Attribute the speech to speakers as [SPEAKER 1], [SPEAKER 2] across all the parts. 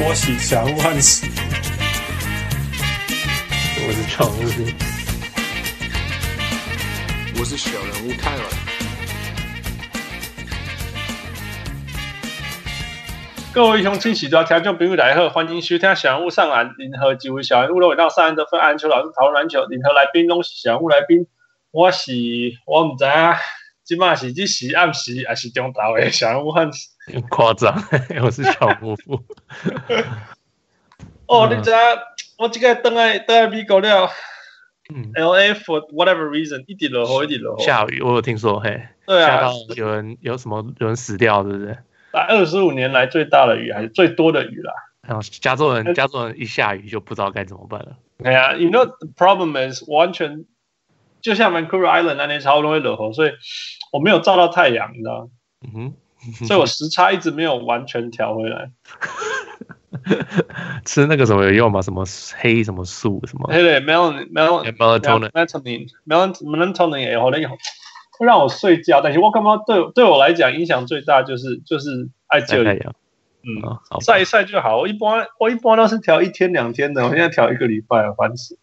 [SPEAKER 1] watched each show once.
[SPEAKER 2] 我是常务兵，
[SPEAKER 3] 我是小人物泰尔。
[SPEAKER 4] 各位雄亲喜抓调众朋友来贺，欢迎收听小人物上岸，联合几位小人物落到上岸得分篮球老师讨论篮球，联合来宾拢是小人物来宾。我是我毋知影，即马是即时暗时还是中昼诶小人物汉。
[SPEAKER 2] 有点夸张，我是小夫妇。
[SPEAKER 4] 哦，
[SPEAKER 2] 嗯
[SPEAKER 4] 你知影我即个等来等来美国了
[SPEAKER 2] 嗯，
[SPEAKER 4] ，L A for whatever reason 一直落雨，一直落雨。
[SPEAKER 2] 下雨，我有听说，嘿，
[SPEAKER 4] 对
[SPEAKER 2] 下
[SPEAKER 4] 啊
[SPEAKER 2] 到，有人有什么有人死掉，对不对？
[SPEAKER 4] 二十五年来最大的雨还是最多的雨啦。
[SPEAKER 2] 然后加州人，
[SPEAKER 4] 嗯
[SPEAKER 2] 加州人一下雨就不知道该怎么办了。
[SPEAKER 4] 哎呀，you know the problem is 完全就像 Vancouver Island 那天超容易惹火，所以我没有照到太阳，你知道吗？
[SPEAKER 2] 嗯哼，
[SPEAKER 4] 所以我时差一直没有完全调回来。
[SPEAKER 2] 吃那个什么有用吗？什么黑什么素什么
[SPEAKER 4] 对对，melatonin melatonin
[SPEAKER 2] melatonin？
[SPEAKER 4] melatonin melatonin 也好，那会让我睡觉，但是我干嘛对对我来讲影响最大就是就是爱
[SPEAKER 2] 晒
[SPEAKER 4] 就
[SPEAKER 2] 太阳。
[SPEAKER 4] 嗯
[SPEAKER 2] 啊，哎好吧，
[SPEAKER 4] 晒一晒就好。我一般我一般都是调一天两天的，我现在调一个礼拜了，烦死。
[SPEAKER 2] 哦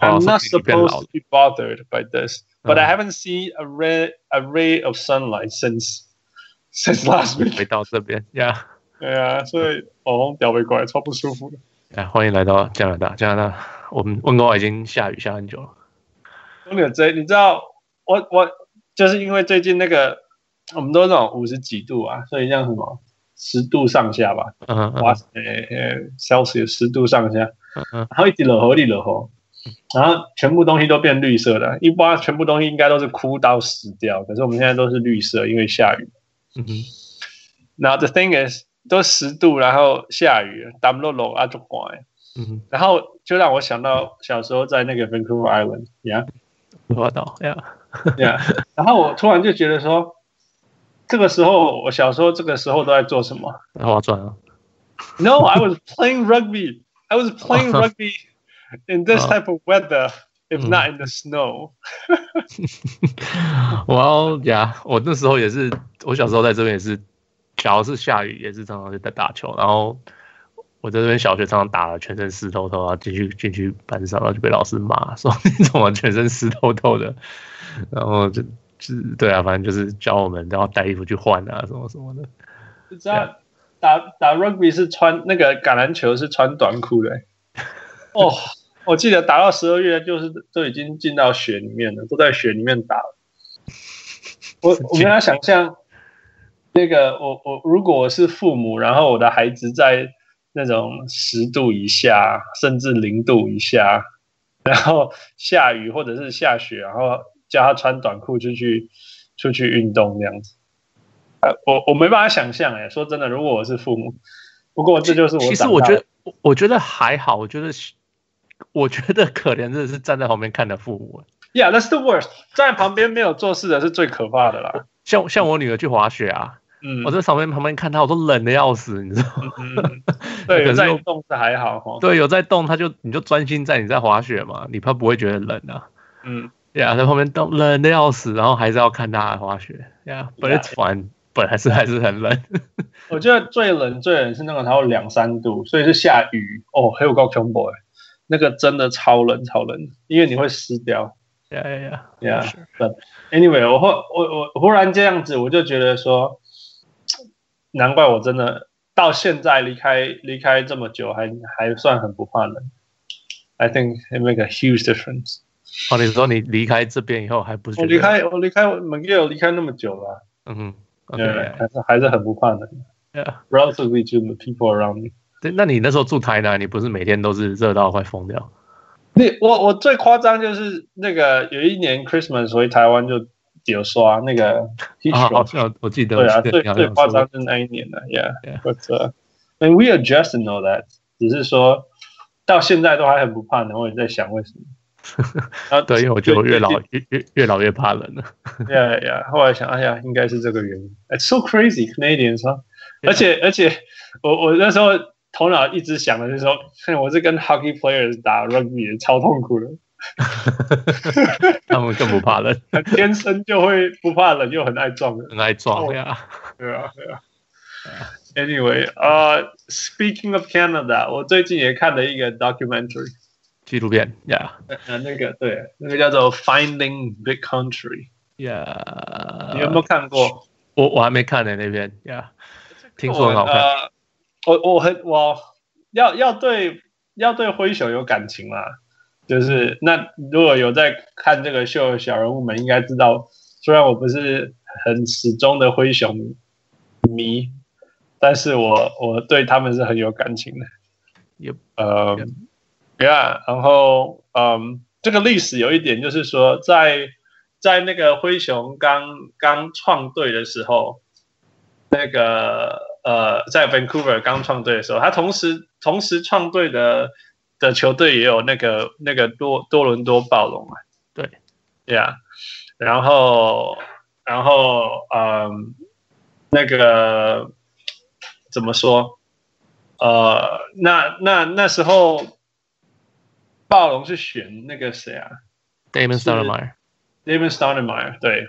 [SPEAKER 4] I'm not
[SPEAKER 2] 说不定你变老
[SPEAKER 4] supposed
[SPEAKER 2] 了
[SPEAKER 4] to be bothered by this, but I
[SPEAKER 2] 嗯
[SPEAKER 4] haven't seen a ray a ray of sunlight since since last week.
[SPEAKER 2] 回到这边呀。
[SPEAKER 4] 对啊，所以哦，屌被怪，超不舒服的。
[SPEAKER 2] 哎，欢迎来到加拿大，加拿大，我们温哥华已经下雨下很久了。
[SPEAKER 4] 真的这，你知道我我就是因为最近那个我们都那种五十几度啊，所以像什么十度上下吧，
[SPEAKER 2] 嗯
[SPEAKER 4] 哇
[SPEAKER 2] 嗯
[SPEAKER 4] 塞，呃，Celsius 十度上下，
[SPEAKER 2] 嗯嗯，
[SPEAKER 4] 然后一直冷河，一直冷河，然后全部东西都变绿色的。一般全部东西应该都是枯到死掉，可是我们现在都是绿色，因为下雨。
[SPEAKER 2] 嗯哼，
[SPEAKER 4] 然后 the thing is，都十度，然后下雨，打不落落啊就乖。
[SPEAKER 2] 嗯哼，
[SPEAKER 4] 然后就让我想到小时候在那个 Vancouver Island，yeah
[SPEAKER 2] 温哥华岛呀，
[SPEAKER 4] yeah。然后我突然就觉得说，这个时候我小时候这个时候都在做什么？
[SPEAKER 2] 划算啊。
[SPEAKER 4] No, I was playing rugby. I was playing rugby in this
[SPEAKER 2] Oh.
[SPEAKER 4] type of weather, if
[SPEAKER 2] Mm.
[SPEAKER 4] not in the snow.
[SPEAKER 2] 我要呀，我那时候也是，我小时候在这边也是，只要是下雨也是常常就在打球，然后我在这边小学常常打了全身湿透透啊，然后进去进去班上，然后就被老师骂说 你怎么全身湿透透的，然后就就对啊，反正就是教我们都要带衣服去换啊，什么什么的。
[SPEAKER 4] 你知道打打 rugby 是穿那个橄榄球是穿短裤的、哦，我记得打到十二月就是都已经进到雪里面了，都在雪里面打了。我我没有想象，那个我我如果我是父母，然后我的孩子在那种十度以下，甚至零度以下，然后下雨或者是下雪，然后叫他穿短裤出去出去运动这样子。呃，我我没办法想象哎、说真的，如果我是父母，不过这就是我
[SPEAKER 2] 其实
[SPEAKER 4] 长
[SPEAKER 2] 我
[SPEAKER 4] 大
[SPEAKER 2] 觉
[SPEAKER 4] 的
[SPEAKER 2] 得，我我觉得还好，我觉得是我觉得可怜的是站在旁边看的父母，
[SPEAKER 4] Yeah, that's the worst。站在旁边没有做事的是最可怕的啦。
[SPEAKER 2] 像像我女儿去滑雪啊，
[SPEAKER 4] 嗯，
[SPEAKER 2] 我在旁边旁边看她，我都冷的要死，你知道吗？
[SPEAKER 4] 嗯 嗯嗯对，
[SPEAKER 2] 可
[SPEAKER 4] 有
[SPEAKER 2] 是
[SPEAKER 4] 在
[SPEAKER 2] 又
[SPEAKER 4] 动是还好哈。
[SPEAKER 2] 对，有在动，他就你就专心在你在滑雪嘛，你怕不会觉得冷啊？
[SPEAKER 4] 嗯，
[SPEAKER 2] 呀、在旁边冻冷的要死，然后还是要看他滑雪。啊呀、b u t
[SPEAKER 4] Yeah.
[SPEAKER 2] it's fun，本来是还是很冷。
[SPEAKER 4] 我觉得最冷最冷是那个然后两三度，所以是下雨哦，还有高雄 boy，那个真的超冷超冷，因为你会湿掉。
[SPEAKER 2] 呀呀呀
[SPEAKER 4] Yeah, but anyway，我忽我我我忽然这样子，我就觉得说，难怪我真的到现在离开离开这么久，还还算很不怕冷。I think it make a huge difference.
[SPEAKER 2] 哦，你说你离开这边以后还不是
[SPEAKER 4] 我
[SPEAKER 2] 觉
[SPEAKER 4] 离
[SPEAKER 2] 得？
[SPEAKER 4] 开，我离开门也有离开那么久了，
[SPEAKER 2] 嗯哼，OK，
[SPEAKER 4] 对，还是还是很不怕冷。
[SPEAKER 2] yeah.
[SPEAKER 4] Relatively to the people around me，
[SPEAKER 2] 对，那你那时候住台南，你不是每天都是热到快疯掉？
[SPEAKER 4] 那我我最夸张就是那个有一年 Christmas 回台湾就有刷那个 heat
[SPEAKER 2] 啊，好
[SPEAKER 4] stroke，
[SPEAKER 2] 像我记得，
[SPEAKER 4] 对啊，
[SPEAKER 2] 我记
[SPEAKER 4] 最
[SPEAKER 2] 得你好像
[SPEAKER 4] 最
[SPEAKER 2] 有
[SPEAKER 4] 夸
[SPEAKER 2] 说
[SPEAKER 4] 张就是那一年的
[SPEAKER 2] Yeah
[SPEAKER 4] ，Yeah，but uh, and we adjust and all that，只是说到现在都还很不怕冷，我也在想为 什么。然后
[SPEAKER 2] 对，因为我觉得我越老
[SPEAKER 4] 对
[SPEAKER 2] 越越越老越怕冷了。
[SPEAKER 4] Yeah, yeah. 后来想，哎呀，应该是这个原因。It's so crazy Canadians 啊！而且而且，我我那时候头脑一直想的是说，哼我是跟 hockey players 打 rugby，超痛苦的，
[SPEAKER 2] 他们更不怕冷，
[SPEAKER 4] 天生就会不怕冷，又很爱撞人。
[SPEAKER 2] 很爱撞呀。
[SPEAKER 4] 对啊，对啊。啊 Anyway，呃、s p e a k i n g of Canada，我最近也看了一个 documentary，
[SPEAKER 2] 纪录片，Yeah
[SPEAKER 4] 呃，那个对，那个叫做《Finding Big Country》，你有没
[SPEAKER 2] Yeah，
[SPEAKER 4] 有看过？
[SPEAKER 2] 我我还没看呢、那边，Yeah，听说很好看，
[SPEAKER 4] 呃我我很我要要对要对灰熊有感情啦，就是那如果有在看这个秀的小人物们，应该知道，虽然我不是很始终的灰熊迷，但是我我对他们是很有感情的。
[SPEAKER 2] Yep.
[SPEAKER 4] 呃
[SPEAKER 2] Yep.
[SPEAKER 4] ，Yeah，然后嗯，这个历史有一点就是说在。在那个灰熊刚刚创队的时候，那个呃，在 Vancouver 刚创队的时候，他同时同时创队的的球队也有那个那个多多伦多暴龙啊，
[SPEAKER 2] 对，
[SPEAKER 4] 对啊，然后然后嗯，那个怎么说？呃，那那那时候暴龙是选那个谁啊？
[SPEAKER 2] Damon
[SPEAKER 4] 是
[SPEAKER 2] Stoudemire。
[SPEAKER 4] David Stoudemire，对，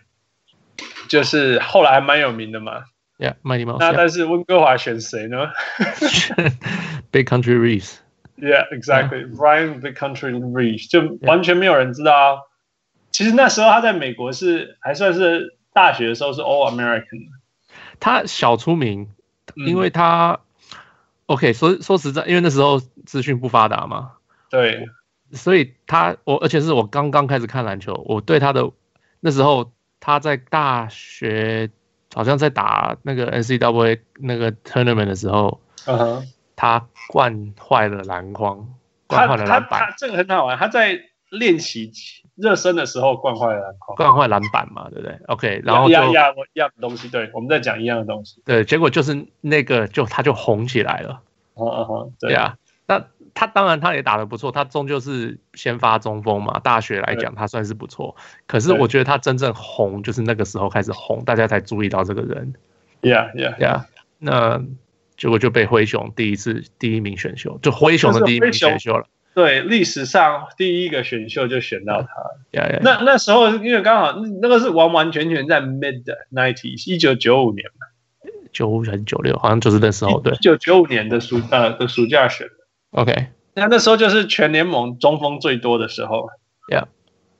[SPEAKER 4] 就是后来还蛮有名的嘛。
[SPEAKER 2] Yeah, Mighty Mouse.
[SPEAKER 4] 那但是温哥华选谁呢
[SPEAKER 2] yeah. Big Country Reese.
[SPEAKER 4] ？Yeah, exactly. Brian the Country Reach，就完全没有人知道啊。其实那时候他在美国是还算是大学的时候是 All American，
[SPEAKER 2] 他小出名，
[SPEAKER 4] 嗯
[SPEAKER 2] 因为他、OK 说说实在，因为那时候资讯不发达嘛，
[SPEAKER 4] 对，
[SPEAKER 2] 所以他我而且是我刚刚开始看篮球，我对他的那时候他在大学好像在打那个 NCAA 那个 tournament 的时候，
[SPEAKER 4] 嗯哼，
[SPEAKER 2] 他惯坏了篮筐，
[SPEAKER 4] 他
[SPEAKER 2] 惯坏了
[SPEAKER 4] 他
[SPEAKER 2] 篮板
[SPEAKER 4] 他，这个很好玩，他在练习热身的时候惯坏了篮筐。
[SPEAKER 2] 惯坏篮板嘛，对不对？OK，然后就
[SPEAKER 4] 呀呀，我一样的东西，对，我们在讲一样的东西。
[SPEAKER 2] 对，结果就是那个就他就红起来了。
[SPEAKER 4] 嗯嗯嗯，
[SPEAKER 2] 对
[SPEAKER 4] 对，
[SPEAKER 2] 啊，那他当然他也打得不错，他终究是先发中锋嘛，大学来讲他算是不错。可是
[SPEAKER 4] 对
[SPEAKER 2] 我觉得他真正红就是那个时候开始红，大家才注意到这个人
[SPEAKER 4] 呀呀，
[SPEAKER 2] 呀。Yeah，那结果就被灰熊第一次第一名选秀，就灰熊的第一名选秀了。
[SPEAKER 4] 对，历史上第一个选秀就选到他。
[SPEAKER 2] 呀呀，
[SPEAKER 4] 那那时候因为刚好那那个是完完全全在 mid nineties，一九九五年嘛，
[SPEAKER 2] 九五还是九六，好像就是那时哦候对
[SPEAKER 4] 一。九九五年的暑呃的暑假选的，
[SPEAKER 2] OK，
[SPEAKER 4] 那那时候就是全联盟中锋最多的时候。
[SPEAKER 2] Yeah 哦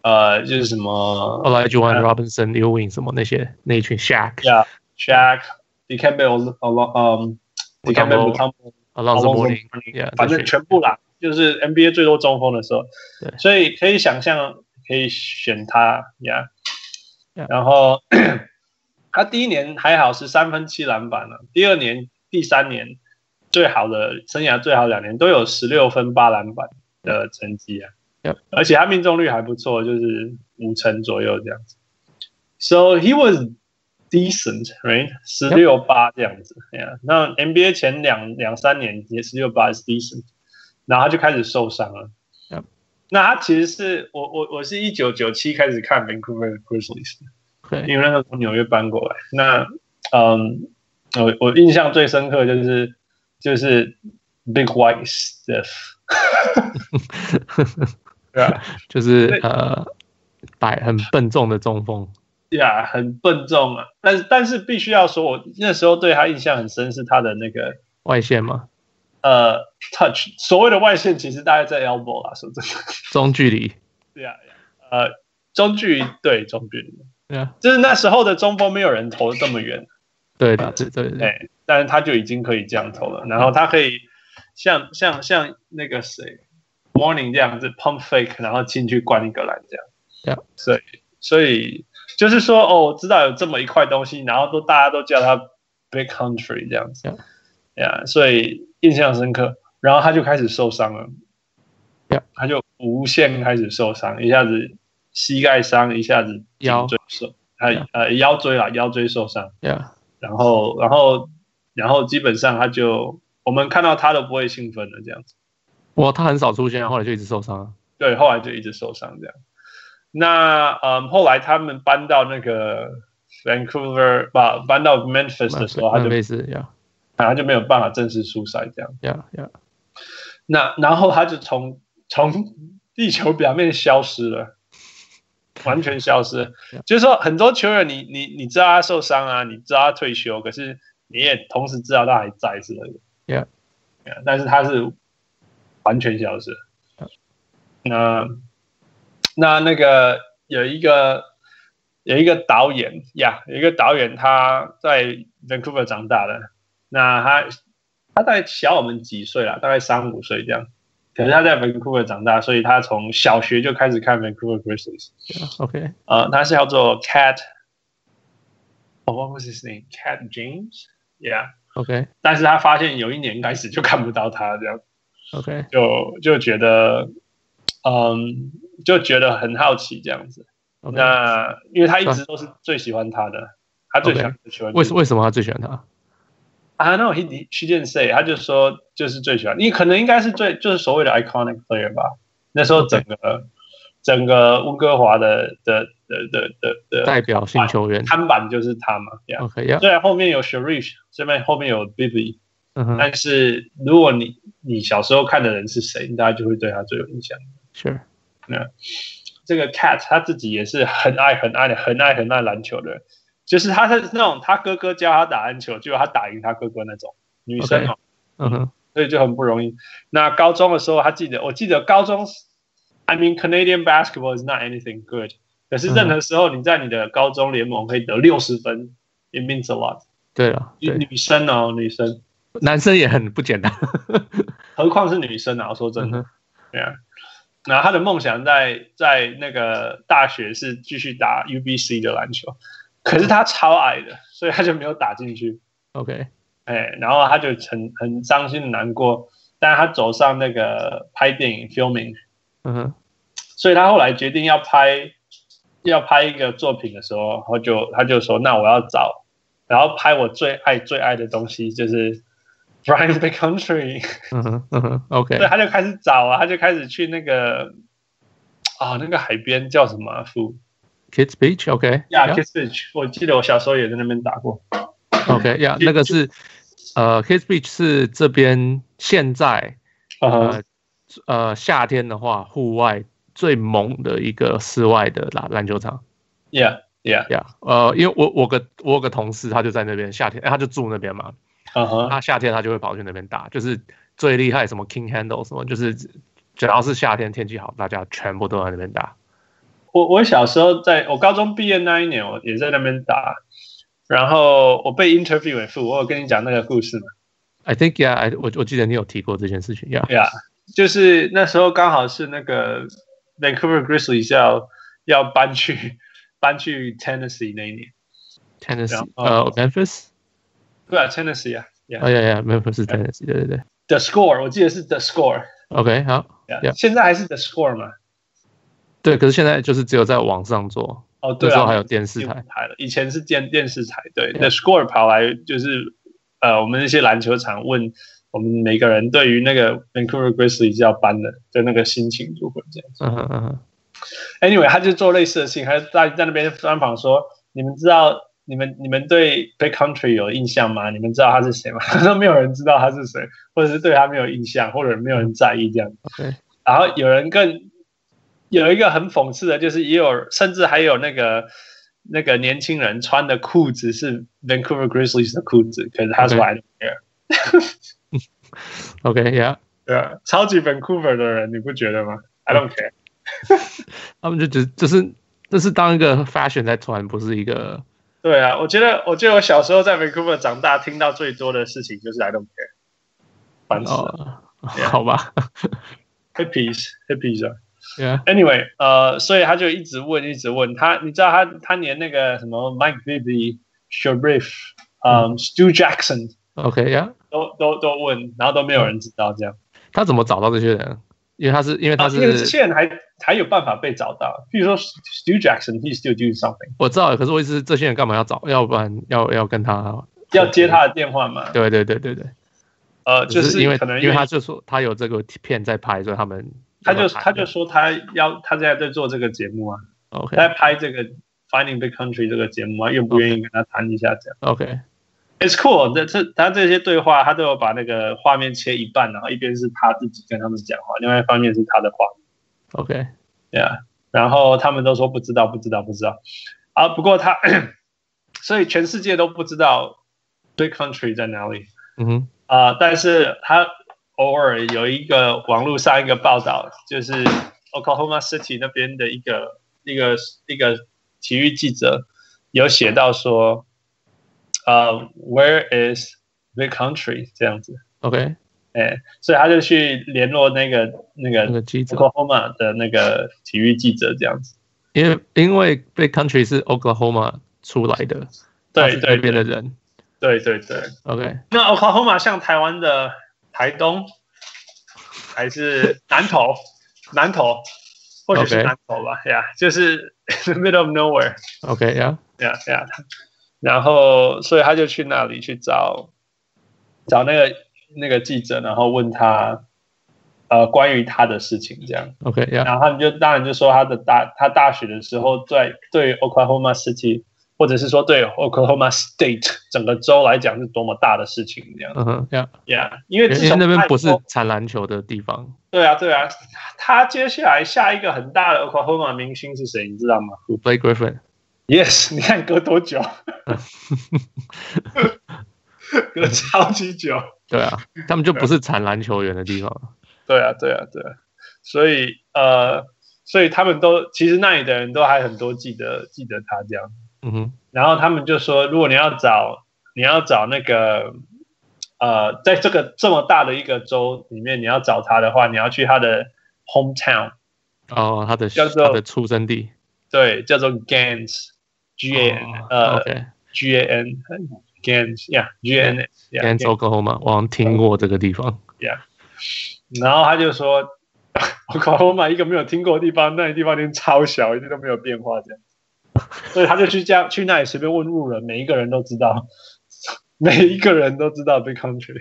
[SPEAKER 4] 呃，就是什么
[SPEAKER 2] 后来就玩 Robinson、Ewing 什么那些那一群 Shaq、
[SPEAKER 4] Yeah Shaq、DeCamble、呃嗯
[SPEAKER 2] Mutombo
[SPEAKER 4] DeCamble、汤姆、
[SPEAKER 2] Alonzo
[SPEAKER 4] Alonzo
[SPEAKER 2] Mourning，
[SPEAKER 4] Mourning，
[SPEAKER 2] yeah，
[SPEAKER 4] 反正
[SPEAKER 2] 这群
[SPEAKER 4] 全部啦，就是 NBA 最多中锋的时候
[SPEAKER 2] 对，
[SPEAKER 4] 所以可以想象可以选他呀。
[SPEAKER 2] Yeah
[SPEAKER 4] 然后 他第一年还好是三分七篮板了、啊第二年、第三年最好的生涯最好两年都有十六分八篮板的成绩啊
[SPEAKER 2] Yeah
[SPEAKER 4] 而且他命中率还不错，就是五成左右这样子。So he was decent, right? 十六八这样子，Yeah。那 NBA 前两两三年也十六八是 decent，然后他就开始受伤了。
[SPEAKER 2] Yep.
[SPEAKER 4] 那他其实是我我我是一九九七开始看 Vancouver Grizzlies，的
[SPEAKER 2] OK，
[SPEAKER 4] 因为那个从纽约搬过来。那嗯，我我印象最深刻就是就是 Big White Stiff，对啊，
[SPEAKER 2] 就是
[SPEAKER 4] 对
[SPEAKER 2] 呃，摆很笨重的中锋。
[SPEAKER 4] 呀，很笨重啊。但是但是必须要说，我那时候对他印象很深是他的那个
[SPEAKER 2] 外线嘛，
[SPEAKER 4] 呃 touch，所谓的外线其实大概在 elbow 啦，说真的，
[SPEAKER 2] 中距离，
[SPEAKER 4] 对啊，呃，中距离对中距离，
[SPEAKER 2] 对啊，
[SPEAKER 4] 就是那时候的中锋没有人投得这么远，
[SPEAKER 2] 对的，对对对，
[SPEAKER 4] 对，但是他就已经可以这样投了，然后他可以像像像那个谁 morning 这样子 pump fake，然后进去灌一个篮这样
[SPEAKER 2] Yeah，
[SPEAKER 4] 所以所以就是说哦，我知道有这么一块东西，然后都大家都叫他 big country 这样子
[SPEAKER 2] Yeah，
[SPEAKER 4] 呀，所以印象深刻，然后他就开始受伤了
[SPEAKER 2] Yeah，
[SPEAKER 4] 他就无限开始受伤，一下子膝盖伤，一下子颈
[SPEAKER 2] 腰
[SPEAKER 4] 椎受，还
[SPEAKER 2] Yeah
[SPEAKER 4] 呃腰椎啊腰椎受伤。
[SPEAKER 2] 对啊，
[SPEAKER 4] 然后，然后，然后基本上他就我们看到他都不会兴奋了，这样子。
[SPEAKER 2] 哇，他很少出现，后来就一直受伤啊，
[SPEAKER 4] 对，后来就一直受伤这样。那嗯，后来他们搬到那个 Vancouver 把搬到 Memphis 的时候，他
[SPEAKER 2] 那
[SPEAKER 4] 就
[SPEAKER 2] 类似，呀
[SPEAKER 4] 他就没有办法正式出赛这样。
[SPEAKER 2] 呀呀，
[SPEAKER 4] 那然后他就从从地球表面消失 了，完全消失了
[SPEAKER 2] Yeah.。
[SPEAKER 4] 就是说，很多球员你你你知道他受伤啊，你知道他退休，可是你也同时知道他还在之类的
[SPEAKER 2] Yeah.
[SPEAKER 4] Yeah，但是他是完全消失了。那那那个有一个有一个导演呀有一个导演他在 Vancouver 长大的，那他他大概小我们几岁啦，大概三五岁这样。可是他在 Vancouver 长大，所以他从小学就开始看 Vancouver Grizzlies。
[SPEAKER 2] OK，
[SPEAKER 4] 呃，他是叫做 Cat，哦、w h a t was his name？Cat James？Yeah，
[SPEAKER 2] OK
[SPEAKER 4] 但是他发现有一年开始就看不到他，这样
[SPEAKER 2] OK，
[SPEAKER 4] 就就觉得，嗯，就觉得很好奇这样子。
[SPEAKER 2] OK，
[SPEAKER 4] 那因为他一直都是最喜欢他的，他最喜欢喜欢
[SPEAKER 2] 为什为什么他最喜欢他？
[SPEAKER 4] 啊？No，he she didn't say，他就说就是最喜欢你，可能应该是最就是所谓的 iconic player 吧。那时候整个整个温哥华的的的的的的
[SPEAKER 2] 代嗯表性球员
[SPEAKER 4] 看板就是他嘛。对啊，
[SPEAKER 2] ？OK，呀，
[SPEAKER 4] 虽然后面有 Sharish，这边后面有 Bibi，
[SPEAKER 2] 嗯哼
[SPEAKER 4] 但是如果你你小时候看的人是谁，大家就会对他最有印象。
[SPEAKER 2] ，Sure，
[SPEAKER 4] 这个 Cat 他自己也是很爱很爱的很爱很爱篮球的人，就是他是那种他哥哥教他打篮球，结果他打赢他哥哥那种女生哦嘛
[SPEAKER 2] 嗯哼
[SPEAKER 4] 所以就很不容易。那高中的时候，他记得我记得高中，I mean Canadian basketball is not anything good，可
[SPEAKER 2] 嗯
[SPEAKER 4] 是任何时候你在你的高中联盟可以得六十分，it means a lot。
[SPEAKER 2] 对了，对，
[SPEAKER 4] 女生哦，女生。
[SPEAKER 2] 男生也很不简单，
[SPEAKER 4] 何况是女生啊！我说真
[SPEAKER 2] 嗯
[SPEAKER 4] 的
[SPEAKER 2] 哼，
[SPEAKER 4] 对啊。然后他的梦想在在那个大学是继续打 UBC 的篮球，可是他超矮的，所以他就没有打进去。
[SPEAKER 2] ，OK，
[SPEAKER 4] 哎，然后他就很很伤心难过。但他走上那个拍电影 filming，
[SPEAKER 2] 嗯哼
[SPEAKER 4] 所以他后来决定要拍要拍一个作品的时候，他就他就说：“那我要找，然后拍我最爱最爱的东西，就是 Brian the Country。”
[SPEAKER 2] 嗯哼嗯哼，OK，
[SPEAKER 4] 对，他就开始找啊，他就开始去那个啊、那个海边叫什么啊富
[SPEAKER 2] Kids Beach，OK，
[SPEAKER 4] 亚 k i s s Beach，我记得我小时候也在那边打过。
[SPEAKER 2] OK 呀、
[SPEAKER 4] 嗯就
[SPEAKER 2] 那个是呃，Kids Beach 是这边现在
[SPEAKER 4] 呃
[SPEAKER 2] 呃呃夏天的话，户外最猛的一个室外的篮篮球场
[SPEAKER 4] ，Yeah Yeah，
[SPEAKER 2] 呀。呃，因为我我个我有个同事他就在那边夏天，哎他就住那边嘛，
[SPEAKER 4] 嗯哼，
[SPEAKER 2] 他夏天他就会跑去那边打，就是最厉害什么 King Handle 什么，就是只要是夏天天气好，大家全部都在那边打。
[SPEAKER 4] 我我小时候在我高中毕业那一年，我也在那边打，然后我被 interview 为富，我有跟你讲那个故事吗
[SPEAKER 2] I think yeah，I, 我我记得你有提过这件事情呀。
[SPEAKER 4] ？Yeah，就是那时候刚好是那个 Vancouver Grizzlies 要要搬去 搬去 Tennessee 那一年，
[SPEAKER 2] Tennessee，
[SPEAKER 4] 后
[SPEAKER 2] 呃，Memphis，
[SPEAKER 4] 对啊，Tennessee 啊，Yeah，The、
[SPEAKER 2] 哎呀呀，Memphis 是 Tennessee，对对对
[SPEAKER 4] Score 我记得是 The Score。
[SPEAKER 2] ，OK，好。
[SPEAKER 4] Yeah.
[SPEAKER 2] Yeah.
[SPEAKER 4] 现在还是 The Score 嘛？
[SPEAKER 2] 对，可是现在就是只有在网上做，
[SPEAKER 4] 哦，
[SPEAKER 2] 那
[SPEAKER 4] 对
[SPEAKER 2] 时候
[SPEAKER 4] 啊，
[SPEAKER 2] 还有电视
[SPEAKER 4] 电
[SPEAKER 2] 台
[SPEAKER 4] 视。台了，以前是电电视台。对
[SPEAKER 2] Yeah.
[SPEAKER 4] ，The Score 跑来就是呃，我们那些篮球场问我们每个人对于那个 Vancouver Grizzlies 要搬的的那个心情如何这样子。
[SPEAKER 2] 嗯哼嗯哼
[SPEAKER 4] Anyway，他就做类似的事情，他在在那边专访说：“你们知道你们你们对 Big Country 有印象吗？你们知道他是谁吗？” 他说：“没有人知道他是谁，或者是对他没有印象，或者没有人在意这样。”
[SPEAKER 2] ，OK，
[SPEAKER 4] 然后有人更有一个很讽刺的，就是也有甚至还有那个那个年轻人穿的裤子是 Vancouver Grizzlies 的裤子，可是他说 I don't care，
[SPEAKER 2] OK，Yeah，
[SPEAKER 4] 对啊，超级 Vancouver 的人，你不觉得吗？I don't care，
[SPEAKER 2] 他们就只就是这是当一个 fashion 在穿，不是一个
[SPEAKER 4] 对啊，我觉得我觉得我小时候在 Vancouver 长大，听到最多的事情就是 I don't care，烦死了、
[SPEAKER 2] 哦，
[SPEAKER 4] Yeah
[SPEAKER 2] 好吧
[SPEAKER 4] hippies hippies 啊。
[SPEAKER 2] ，Yeah，
[SPEAKER 4] Anyway，呃，所以他就一直问，一直问他，你知道他他连那个什么 Mike Bibby、Sharif、嗯、Stu Jackson。
[SPEAKER 2] ，OK，Yeah，
[SPEAKER 4] 都都都问，然后都没有人知道这样。
[SPEAKER 2] 他怎么找到这些人？因为他是因为嗯他
[SPEAKER 4] 啊，因为这
[SPEAKER 2] 是
[SPEAKER 4] 些人还还有办法被找到，啊比如说 Stu Jackson，he still doing something，
[SPEAKER 2] 我知道，可是我意思是这些人干嘛要找？要不然要要跟他？
[SPEAKER 4] 要接他的电话嘛？
[SPEAKER 2] 对对对对对，
[SPEAKER 4] 呃，就
[SPEAKER 2] 只
[SPEAKER 4] 是
[SPEAKER 2] 因为
[SPEAKER 4] 可能
[SPEAKER 2] 因为他就说他有这个片在拍，所以他们
[SPEAKER 4] 他就他就
[SPEAKER 2] 要拍
[SPEAKER 4] 说他要他现在在做这个节目啊，他
[SPEAKER 2] OK
[SPEAKER 4] 在拍这个 Finding the Country 这个节目啊，愿不愿意跟他谈一下这样
[SPEAKER 2] OK
[SPEAKER 4] ？It's cool，这这他这些对话，他都有把那个画面切一半，然后一边是他自己跟他们讲话，另外一方面是他的话
[SPEAKER 2] OK，
[SPEAKER 4] Yeah，然后他们都说不知 道，不知道，不知道。啊，不过他，所以全世界都不知道 Big Country 在哪里
[SPEAKER 2] 嗯哼，
[SPEAKER 4] 啊、但是他偶尔有一个网络上一个报道，就是 Oklahoma City 那边的一个一个一个体育记者有写到说，呃，Where is Big Country 这样子，
[SPEAKER 2] ，OK，
[SPEAKER 4] 哎，所以他就去联络那个那
[SPEAKER 2] 那
[SPEAKER 4] 个
[SPEAKER 2] 个记者，
[SPEAKER 4] Oklahoma 的那个体育记者这样子，
[SPEAKER 2] 因为因为 Big Country 是 Oklahoma 出来的，他
[SPEAKER 4] 对
[SPEAKER 2] 是
[SPEAKER 4] 对
[SPEAKER 2] 那边
[SPEAKER 4] 对
[SPEAKER 2] 的人
[SPEAKER 4] 对对对。
[SPEAKER 2] ，OK，
[SPEAKER 4] 那 Oklahoma 像台湾的台东，还是南投， 南投，或者是
[SPEAKER 2] OK
[SPEAKER 4] 南投吧呀就是 in the middle of nowhere，
[SPEAKER 2] OK 呀、
[SPEAKER 4] 呀呀，然后所以他就去那里去找找那个那个记者，然后问他呃关于他的事情这样，
[SPEAKER 2] o k 呀、
[SPEAKER 4] 然后他们就当然就说他的大他大学的时候在对 Oklahoma City 或者是说对 Oklahoma State 整个州来讲是多么大的事情这样。
[SPEAKER 2] 嗯哼呀，
[SPEAKER 4] Yeah，因为
[SPEAKER 2] 因
[SPEAKER 4] 自
[SPEAKER 2] 为
[SPEAKER 4] 从
[SPEAKER 2] 那边
[SPEAKER 4] 泰
[SPEAKER 2] 不是
[SPEAKER 4] 国
[SPEAKER 2] 产篮球的地方，
[SPEAKER 4] 对啊对啊，他接下来下一个很大的 Oklahoma 明星是谁，你知道吗
[SPEAKER 2] Blake Griffin，
[SPEAKER 4] ？Yes，你 看隔多久？隔超级久。
[SPEAKER 2] 对啊，
[SPEAKER 4] 嗯
[SPEAKER 2] 他们就不是产篮球员的地方，
[SPEAKER 4] 对啊对啊对啊，所以呃，所以他们都其实那里的人都还很多记得记得他这样。
[SPEAKER 2] 嗯哼，
[SPEAKER 4] 然后他们就说，如果你要找你要找那个呃，在这个这么大的一个州里面，你要找他的话，你要去他的 hometown，
[SPEAKER 2] 哦，他的
[SPEAKER 4] 叫做
[SPEAKER 2] 他的出生地，
[SPEAKER 4] 对，叫做 Gans，G A N，、
[SPEAKER 2] 哦
[SPEAKER 4] 呃、
[SPEAKER 2] ，OK。
[SPEAKER 4] g A N Gans，yeah，G A N yeah，
[SPEAKER 2] Gans Oklahoma，我好像听过这个地方。
[SPEAKER 4] 然后他就说。 我靠！我买一个没有听过的地方，那个地方连超小，一点都没有变化，这样。所以他就去这样去那里随便问路人，每一个人都知道， 每一个人都知道 Big Country。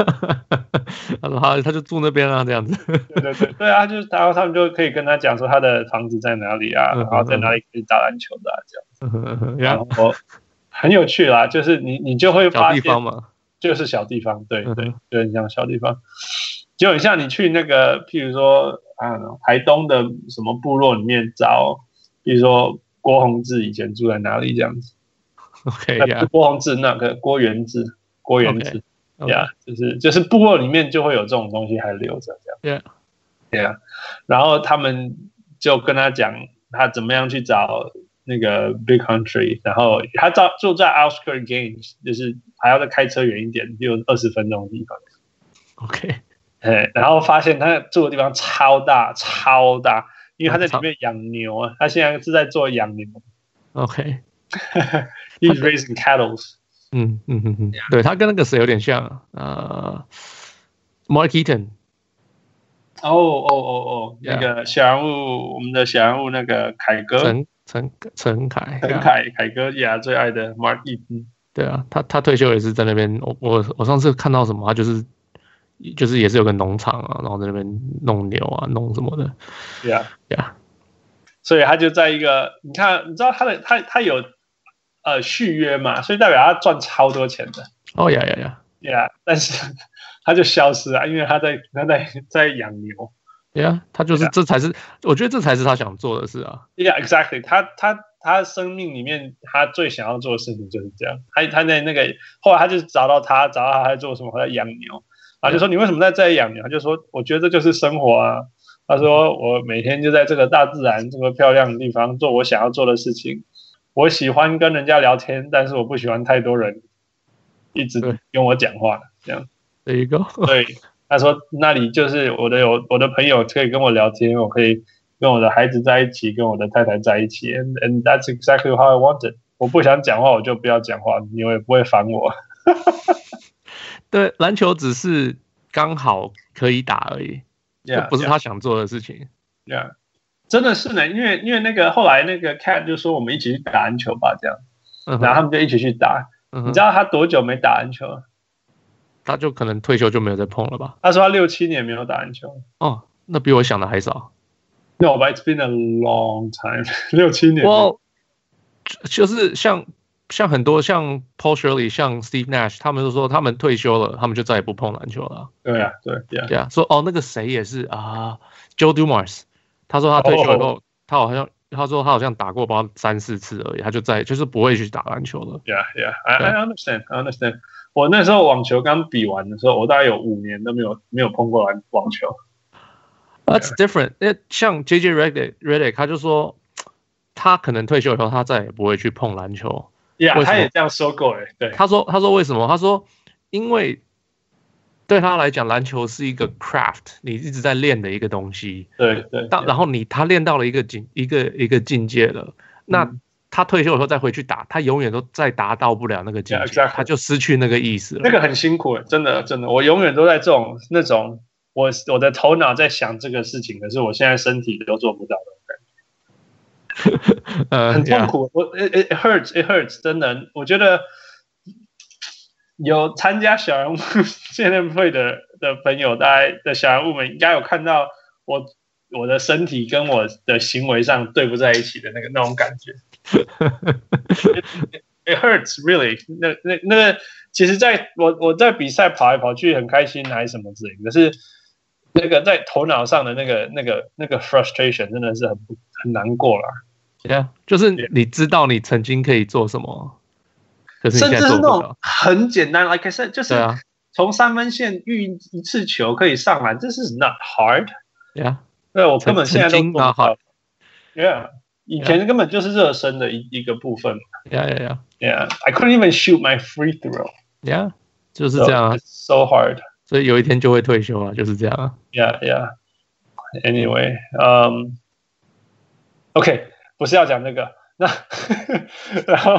[SPEAKER 2] 他说他他就住那边啊，这样子。
[SPEAKER 4] 对对对，对啊，就是然后他们就可以跟他讲说他的房子在哪里啊，
[SPEAKER 2] 嗯
[SPEAKER 4] 然后在哪里可以打篮球的、啊、这样，
[SPEAKER 2] 然
[SPEAKER 4] 然
[SPEAKER 2] 后
[SPEAKER 4] 后很有趣啦，就是你你就会
[SPEAKER 2] 小
[SPEAKER 4] 发
[SPEAKER 2] 地
[SPEAKER 4] 现
[SPEAKER 2] 方嘛，
[SPEAKER 4] 就是小地方，对
[SPEAKER 2] 嗯
[SPEAKER 4] 对
[SPEAKER 2] 哼，
[SPEAKER 4] 就很像小地方，就很像你去那个譬如说啊台东的什么部落里面找，比如说郭宏志以前住在哪里这样子，
[SPEAKER 2] ，OK
[SPEAKER 4] 那不是
[SPEAKER 2] 呀，
[SPEAKER 4] 郭宏志那个郭元志，郭元志。呀，就是就是部落里面就会有这种东西还留着这样。对呀，然后他们就跟他讲他怎么样去找那个 Big Country，然后他找住在 Oscar Games，就是还要再开车远一点，就二十分钟的地方。
[SPEAKER 2] OK，
[SPEAKER 4] 哎，然后发现他住的地方超大超大，因为他在里面养牛啊，他现在是在做养牛
[SPEAKER 2] OK，
[SPEAKER 4] ，he's raising cattle。
[SPEAKER 2] 嗯嗯嗯嗯，
[SPEAKER 4] 啊
[SPEAKER 2] 对他跟那个谁有点像啊，呃，Mark Eaton，
[SPEAKER 4] 哦哦哦哦，那个小人物，我们的小人物那个凯哥，
[SPEAKER 2] 陈陈 陈凯，
[SPEAKER 4] 嗯陈
[SPEAKER 2] yeah，
[SPEAKER 4] 凯凯哥呀最爱的 Mark Eaton，
[SPEAKER 2] 对啊，他他退休也是在那边。我我我上次看到什么，他就是就是也是有个农场啊，然后在那边弄牛啊，弄什么的，
[SPEAKER 4] 对啊，
[SPEAKER 2] 对啊，
[SPEAKER 4] 所以他就在一个，你看，你知道他的他他有呃续约嘛，所以代表他赚超多钱的，
[SPEAKER 2] 哦呀呀呀，
[SPEAKER 4] 对啊，但是 他就消失了，因为他在他在在养牛，
[SPEAKER 2] 对啊，他就是
[SPEAKER 4] Yeah
[SPEAKER 2] 这才是，我觉得这才是他想做的事啊。
[SPEAKER 4] 对啊，exactly，他他他生命里面他最想要做的事情就是这样，他他在那个后来他就找到他，找到他在做什么，他在养牛，然后就说你为什么在这里养牛？他就说我觉得这就是生活啊。他说我每天就在这个大自然这么漂亮的地方做我想要做的事情，我喜欢跟人家聊天，但是我不喜欢太多人一直
[SPEAKER 2] 对
[SPEAKER 4] 跟我讲话这样。
[SPEAKER 2] There you go，
[SPEAKER 4] 对，他说那里就是我的有我的朋友可以跟我聊天，我可以跟我的孩子在一起，跟我的太太在一起，and and that's exactly how I wanted。我不想讲话，我就不要讲话，你也不会烦我。
[SPEAKER 2] 对，篮球只是刚好可以打而已，这
[SPEAKER 4] Yeah,
[SPEAKER 2] 不是他想做的事情。
[SPEAKER 4] yeah, yeah. 真的是呢，因为因为那个后来那个 Cat 就说我们一起去打篮球吧，这样，
[SPEAKER 2] 嗯
[SPEAKER 4] 然后他
[SPEAKER 2] 哼，
[SPEAKER 4] 们就一起去打。
[SPEAKER 2] 嗯
[SPEAKER 4] 你
[SPEAKER 2] 哼
[SPEAKER 4] 知道他多久没打篮球了？
[SPEAKER 2] 他就可能退休就没有再碰了吧？
[SPEAKER 4] 他说他六七年没有打篮球了。
[SPEAKER 2] 哦，那比我想的还少。
[SPEAKER 4] No, but it's been a long time. 六七年。
[SPEAKER 2] 我就是像像很多像 Paul Shirley、像 Steve Nash，他们都说他们退休了，他们就再也不碰篮球了。
[SPEAKER 4] 对啊，对，Yeah,
[SPEAKER 2] 对啊，说哦那个谁也是啊，Joe Dumars，他说他退休以后，他好像他说他好像打过不知道三四次而已，他就在就是不会去打篮球了。
[SPEAKER 4] Yeah, yeah, I, I understand, I understand. 我那时候网球刚比完的时候，我大概有五年都没有没有碰过篮网球。
[SPEAKER 2] That's different。那像 J J Redick Redick，他就说他可能退休以后，他再也不会去碰篮球。为
[SPEAKER 4] Yeah，
[SPEAKER 2] 什
[SPEAKER 4] 他也
[SPEAKER 2] 么
[SPEAKER 4] 这样说过诶、对
[SPEAKER 2] 他说他说为什么？他说因为对他来讲，篮球是一个 craft，你一直在练的一个东西。
[SPEAKER 4] 对对，
[SPEAKER 2] 到然后你他练到了一个境一个一个境界了，那
[SPEAKER 4] 嗯
[SPEAKER 2] 他退休以后再回去打，他永远都再达到不了那个境
[SPEAKER 4] Yeah,
[SPEAKER 2] 界，
[SPEAKER 4] exactly.
[SPEAKER 2] 他就失去那个意思了。
[SPEAKER 4] 那个很辛苦、欸，真的真的，我永远都在这种那种，我我的头脑在想这个事情，可是我现在身体都做不到的，
[SPEAKER 2] 呃
[SPEAKER 4] 很痛
[SPEAKER 2] yeah
[SPEAKER 4] 苦。我 it it hurts it hurts，真的，我觉得有参加小人物 见面会的的朋友，大家的小人物们应该有看到我我的身体跟我的行为上对不在一起的那个那种感觉。it hurts really 那。那那个，其实在我我在比赛跑来跑去很开心还是什么之类的，可是那个在头脑上的那个那个那个 frustration 真的是很不很难过啦。
[SPEAKER 2] Yeah，就是
[SPEAKER 4] 对
[SPEAKER 2] 你知道你曾经可以做什么，可是
[SPEAKER 4] 甚
[SPEAKER 2] 你
[SPEAKER 4] 至
[SPEAKER 2] 现
[SPEAKER 4] 是
[SPEAKER 2] 在做
[SPEAKER 4] 那
[SPEAKER 2] 不
[SPEAKER 4] 种
[SPEAKER 2] 到。
[SPEAKER 4] 很简单，like I said，就是
[SPEAKER 2] 对啊
[SPEAKER 4] 从三分线运一次球可以上篮，这是 not hard。
[SPEAKER 2] ，Yeah，
[SPEAKER 4] 对我根本现在都做
[SPEAKER 2] 曾
[SPEAKER 4] 不
[SPEAKER 2] 经 not
[SPEAKER 4] 到
[SPEAKER 2] hard。
[SPEAKER 4] Yeah，以前根本就是热身的一一个部分。
[SPEAKER 2] yeah yeah yeah
[SPEAKER 4] Yeah，I couldn't even shoot my free throw。
[SPEAKER 2] yeah，就是这样啊，
[SPEAKER 4] So hard。
[SPEAKER 2] 所以有一天就会退休啊，就是这样啊。
[SPEAKER 4] Yeah, yeah. Anyway, um, OK，不是要讲这个。那 然后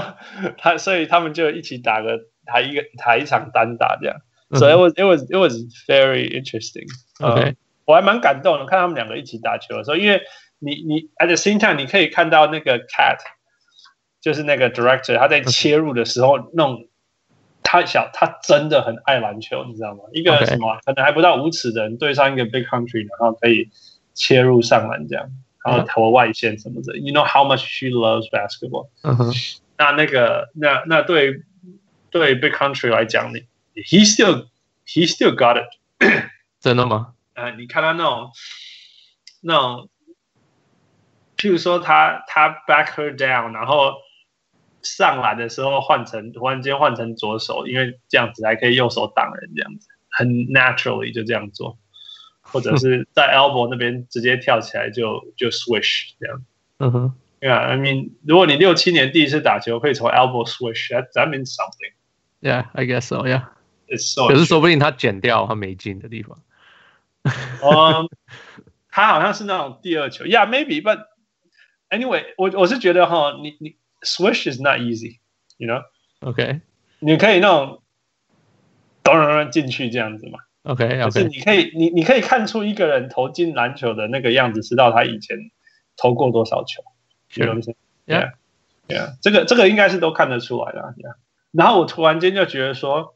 [SPEAKER 4] 他，所以他们就一起打个打一个打一场单打这样。
[SPEAKER 2] 嗯
[SPEAKER 4] So it was it was it was very interesting. 呃
[SPEAKER 2] OK，
[SPEAKER 4] 我还蛮感动的，看他们两个一起打球的时候，因为你你 at the same time 你可以看到那个 cat，就是那个 director，他在切入的时候那种，他想他真的很爱篮球，你知道吗？一个
[SPEAKER 2] OK
[SPEAKER 4] 什么可能还不到五尺的人对上一个 big country，然后可以切入上篮这样，然后投外线什么的。You know how much she loves basketball.
[SPEAKER 2] 嗯哼
[SPEAKER 4] 那那个那那对对 big country 来讲，你 he still he still got it。
[SPEAKER 2] 真的吗？
[SPEAKER 4] 呃，你看他那种那种，譬如说他他 back her down，然后上篮的时候换成突然间换成左手，因为这样子还可以右手挡人，这样子很 naturally 就这样做，或者是在 elbow 那边直接跳起来就就 swish 这样。
[SPEAKER 2] 嗯哼
[SPEAKER 4] Yeah, I mean，如果你六七年第一次打球可以从 elbow swish，that that means something.
[SPEAKER 2] ，Yeah，I guess so，Yeah。
[SPEAKER 4] It's so.
[SPEAKER 2] 可是说不定他剪掉他没进的地方。
[SPEAKER 4] 嗯，他好像是那种第二球，Yeah, maybe, but anyway，我我是觉得哈，你你 swish is not easy, you know，
[SPEAKER 2] OK
[SPEAKER 4] 你可以那种咚咚咚进去这样子嘛，
[SPEAKER 2] OK
[SPEAKER 4] 可是
[SPEAKER 2] OK
[SPEAKER 4] 你可以你你可以看出一个人投进篮球的那个样子，知道他以前投过多少球，你懂
[SPEAKER 2] Sure
[SPEAKER 4] 不懂
[SPEAKER 2] 嗯 Yeah
[SPEAKER 4] Yeah，这个这个应该是都看得出来的。Yeah. 然后我突然间就觉得说，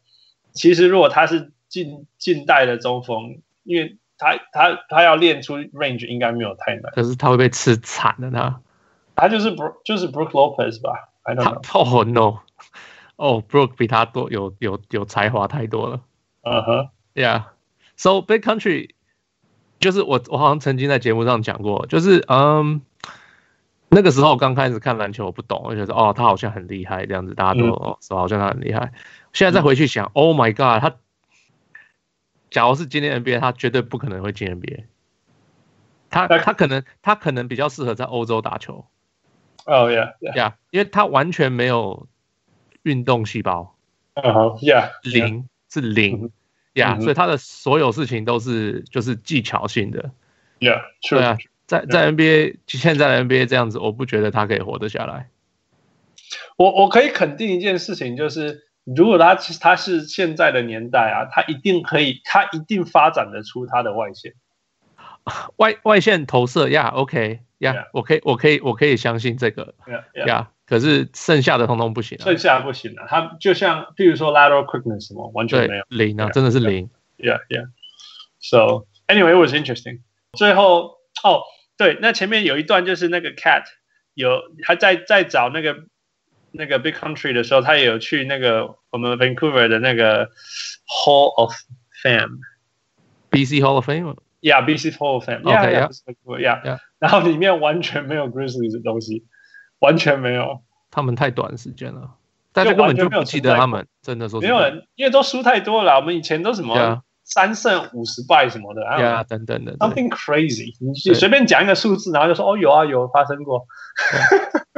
[SPEAKER 4] 其实如果他是近近代的中锋，因为他他他要练出 range 应该没有太难，
[SPEAKER 2] 可是他会被吃惨的他。
[SPEAKER 4] 他就是 Bro 就是 Brook Lopez 吧，I don't
[SPEAKER 2] 他
[SPEAKER 4] know，
[SPEAKER 2] 哦 no，哦 Brook 比他多有有有才华太多了。
[SPEAKER 4] 嗯哼
[SPEAKER 2] Yeah. So big country 就是我我好像曾经在节目上讲过，就是嗯。那个时候刚开始看篮球，我不懂，我就觉得哦，他好像很厉害这样子，大家都、
[SPEAKER 4] 嗯
[SPEAKER 2] 哦，说好像他很厉害。现在再回去想、o h my God，他假如是今天 NBA，他绝对不可能会进 NBA。他
[SPEAKER 4] 那
[SPEAKER 2] 他可能他可能比较适合在欧洲打球
[SPEAKER 4] ，Oh yeah yeah，
[SPEAKER 2] 呀因为他完全没有运动细胞。
[SPEAKER 4] 嗯哼 yeah，yeah，
[SPEAKER 2] 零是
[SPEAKER 4] 嗯
[SPEAKER 2] 零呀
[SPEAKER 4] 嗯，哼
[SPEAKER 2] 所以他的所有事情都是就是技巧性的。
[SPEAKER 4] yeah
[SPEAKER 2] 对啊
[SPEAKER 4] true。，
[SPEAKER 2] 在在 NBA 现在的 NBA 这样子，我不觉得他可以活得下来。
[SPEAKER 4] 我我可以肯定一件事情，就是如果他他是现在的年代啊，他一定可以，他一定发展得出他的外线。
[SPEAKER 2] 外外线投射呀，OK 呀
[SPEAKER 4] Yeah，
[SPEAKER 2] 我可以我可以我可以相信这个
[SPEAKER 4] Yeah, yeah.
[SPEAKER 2] 呀，可是剩下的通通不行啊
[SPEAKER 4] 剩。下不行了、他就像，譬如说 lateral quickness 什么，完全
[SPEAKER 2] 对
[SPEAKER 4] 没有。，
[SPEAKER 2] 零啊，
[SPEAKER 4] Yeah，
[SPEAKER 2] 真的是零。
[SPEAKER 4] Yeah, yeah. So anyway, it was interesting. 最后哦，对，那前面有一段就是那个 cat 有他在在找那个那个 big country 的时候，他也有去那个我们 Vancouver 的那个 Hall of Fame。
[SPEAKER 2] BC Hall of Fame
[SPEAKER 4] Yeah, BC Hall of Fame.
[SPEAKER 2] Okay,
[SPEAKER 4] Yeah,
[SPEAKER 2] yeah.
[SPEAKER 4] yeah, BC Hall of Fame, yeah.
[SPEAKER 2] Yeah.
[SPEAKER 4] 然后里面完全没有 Grizzlies 的东西，完全没有，
[SPEAKER 2] 他们太短时间了，大家根本就不记得他们，真的说
[SPEAKER 4] 没有人，因为都输太多了啦。我们以前都什
[SPEAKER 2] 对啊
[SPEAKER 4] 么三胜五十败什么的，然后
[SPEAKER 2] 呀等等的，对
[SPEAKER 4] something crazy，你
[SPEAKER 2] 对
[SPEAKER 4] 你随便讲一个数字，然后就说哦有啊有发生过，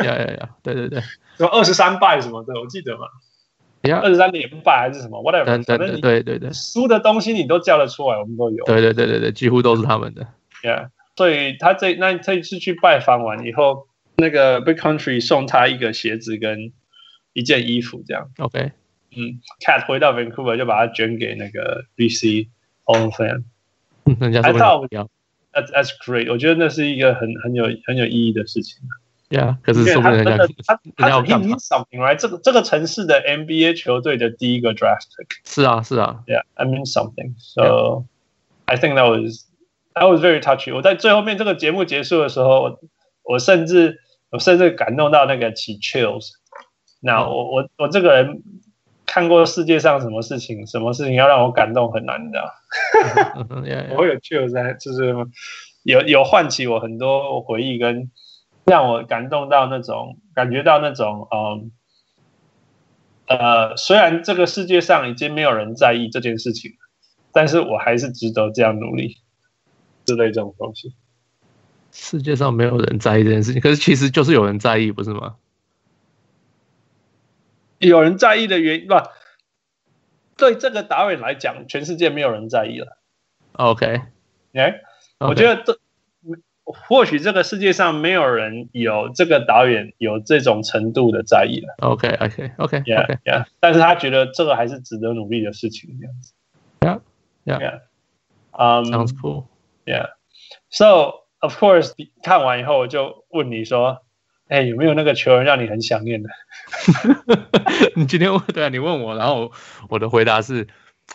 [SPEAKER 2] 呀呀呀，对对对，
[SPEAKER 4] 什么二十三败什么的，我记得嘛，
[SPEAKER 2] 呀
[SPEAKER 4] 二十三连败还是什么，whatever，
[SPEAKER 2] 等等
[SPEAKER 4] 反
[SPEAKER 2] 的，
[SPEAKER 4] 正你
[SPEAKER 2] 对对对
[SPEAKER 4] 输的东西你都叫得出来，我们都有。
[SPEAKER 2] 对对对对对，几乎都是他们的。
[SPEAKER 4] Yeah，所以他这那这一次去拜访完以后，那个 Big Country 送他一个鞋子跟一件衣服，这样。
[SPEAKER 2] OK，
[SPEAKER 4] 嗯，Cat 回到 Vancouver 就把它捐给那个 BC Home Fan。
[SPEAKER 2] 嗯人家说
[SPEAKER 4] 还到
[SPEAKER 2] 不要
[SPEAKER 4] That's that's great，我觉得那是一个很很有很有意义的事情。
[SPEAKER 2] 呀，可是
[SPEAKER 4] 因为
[SPEAKER 2] 嗯说不
[SPEAKER 4] 他真
[SPEAKER 2] 定人家
[SPEAKER 4] 的他
[SPEAKER 2] 家要
[SPEAKER 4] 他
[SPEAKER 2] 干
[SPEAKER 4] he
[SPEAKER 2] 嘛
[SPEAKER 4] needs something right？这个这个城市的 NBA 球队的第一个 draft pick。
[SPEAKER 2] 是啊是啊，
[SPEAKER 4] Yeah，I mean something. So I think that was that was very touchy. 我在最后面这个节目结束的时候，我我甚至我甚至感动到那个起 chills。那
[SPEAKER 2] 哦
[SPEAKER 4] 我我我这个人看过世界上什么事情，什么事情要让我感动很难的。
[SPEAKER 2] 嗯哼呀
[SPEAKER 4] 我会有 chills 在，就是有有唤起我很多回忆，跟让我感动到那种感觉到那种嗯。呃，虽然这个世界上已经没有人在意这件事情，但是我还是值得这样努力之类这种东西。
[SPEAKER 2] 世界上没有人在意这件事情，可是其实就是有人在意，不是吗？
[SPEAKER 4] 有人在意的原因，不，对这个导演来讲，全世界没有人在意了。
[SPEAKER 2] OK，
[SPEAKER 4] 哎、我觉得这或许这个世界上没有人有这个导演有这种程度的在意了。
[SPEAKER 2] OK OK OK
[SPEAKER 4] Yeah,
[SPEAKER 2] OK，
[SPEAKER 4] yeah. 但是他觉得这个还是值得努力的事情，这样子。
[SPEAKER 2] Yeah, yeah.
[SPEAKER 4] yeah. Um,
[SPEAKER 2] sounds cool。
[SPEAKER 4] yeah. So, of course, 看完以后我就问你说，哎、有没有那个球员让你很想念的？
[SPEAKER 2] 你今天问 对啊，你问我，然后我的回答是，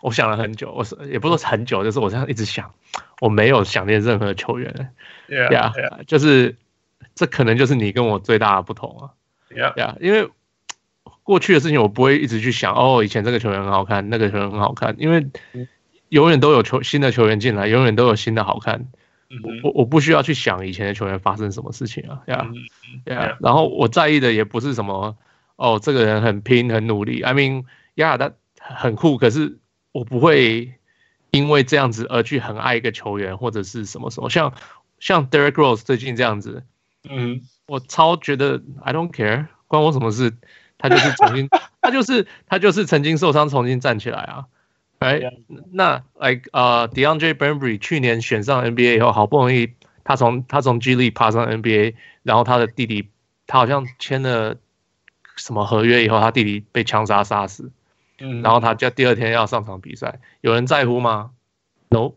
[SPEAKER 2] 我想了很久，我是也不是说很久，就是我这样一直想，我没有想念任何球员，
[SPEAKER 4] Yeah,
[SPEAKER 2] 呀
[SPEAKER 4] yeah,
[SPEAKER 2] 就是这可能就是你跟我最大的不同啊，
[SPEAKER 4] yeah.
[SPEAKER 2] 呀、因为过去的事情我不会一直去想，哦，以前这个球员很好看，那个球员很好看，因为永远都有球新的球员进来，永远都有新的好看，
[SPEAKER 4] 嗯
[SPEAKER 2] 我
[SPEAKER 4] 哼
[SPEAKER 2] 我我不需要去想以前的球员发生什么事情啊，呀、
[SPEAKER 4] 嗯
[SPEAKER 2] 对
[SPEAKER 4] 对
[SPEAKER 2] 啊
[SPEAKER 4] 啊，
[SPEAKER 2] 然后我在意的也不是什么哦，这个人很拼很努力。I mean, yeah, that 很酷，可是我不会因为这样子而去很爱一个球员或者是什么什么，像像 Derek Rose 最近这样子，
[SPEAKER 4] 嗯
[SPEAKER 2] 我超觉得 I don't care，关我什么事？他就是重新，他就是他就是曾经受伤，重新站起来啊。哎
[SPEAKER 4] Yeah.
[SPEAKER 2] 那 like 呃、d e a n d r e Bembry 去年选上 NBA 以后，好不容易他从他从 G League 爬上 NBA，然后他的弟弟他好像签了什么合约以后，他弟弟被枪杀杀死，
[SPEAKER 4] 嗯
[SPEAKER 2] 然后他就第二天要上场比赛，有人在乎吗？No，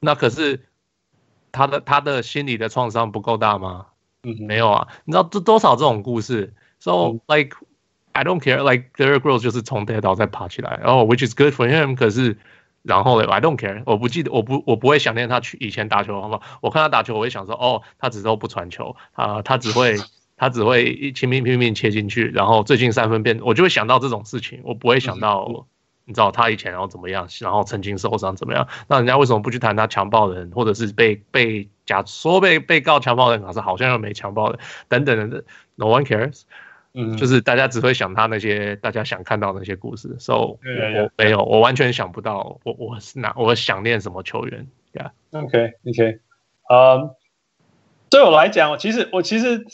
[SPEAKER 2] 那可是他的他的心理的创伤不够大吗？
[SPEAKER 4] 嗯哼
[SPEAKER 2] 没有啊，你知道这多少这种故事？So
[SPEAKER 4] 嗯
[SPEAKER 2] like I don't care, like Derek Rose 就是从跌倒再爬起来，然后 which is good for him，可是然后嘞，I don't care，我不记得，我不我不会想念他去以前打球好不好？我看他打球，我会想说，哦，他只是不传球啊、他只会他只会一拼命拼命切进去，然后最近三分变，我就会想到这种事情，我不会想
[SPEAKER 4] 嗯
[SPEAKER 2] 到。你知道他以前然后怎么样，然后曾经受伤怎么样？那人家为什么不去谈他强暴人，或者是被被假说被被告强暴人，可是好像又没强暴人等等的，no one cares，、
[SPEAKER 4] 嗯哼，
[SPEAKER 2] 就是大家只会想他那些大家想看到的那些故事。So 我
[SPEAKER 4] 对对对
[SPEAKER 2] 我没有，我完全想不到我我是哪我想念什么球员
[SPEAKER 4] OK OK，呃、对我来讲，我其实我其实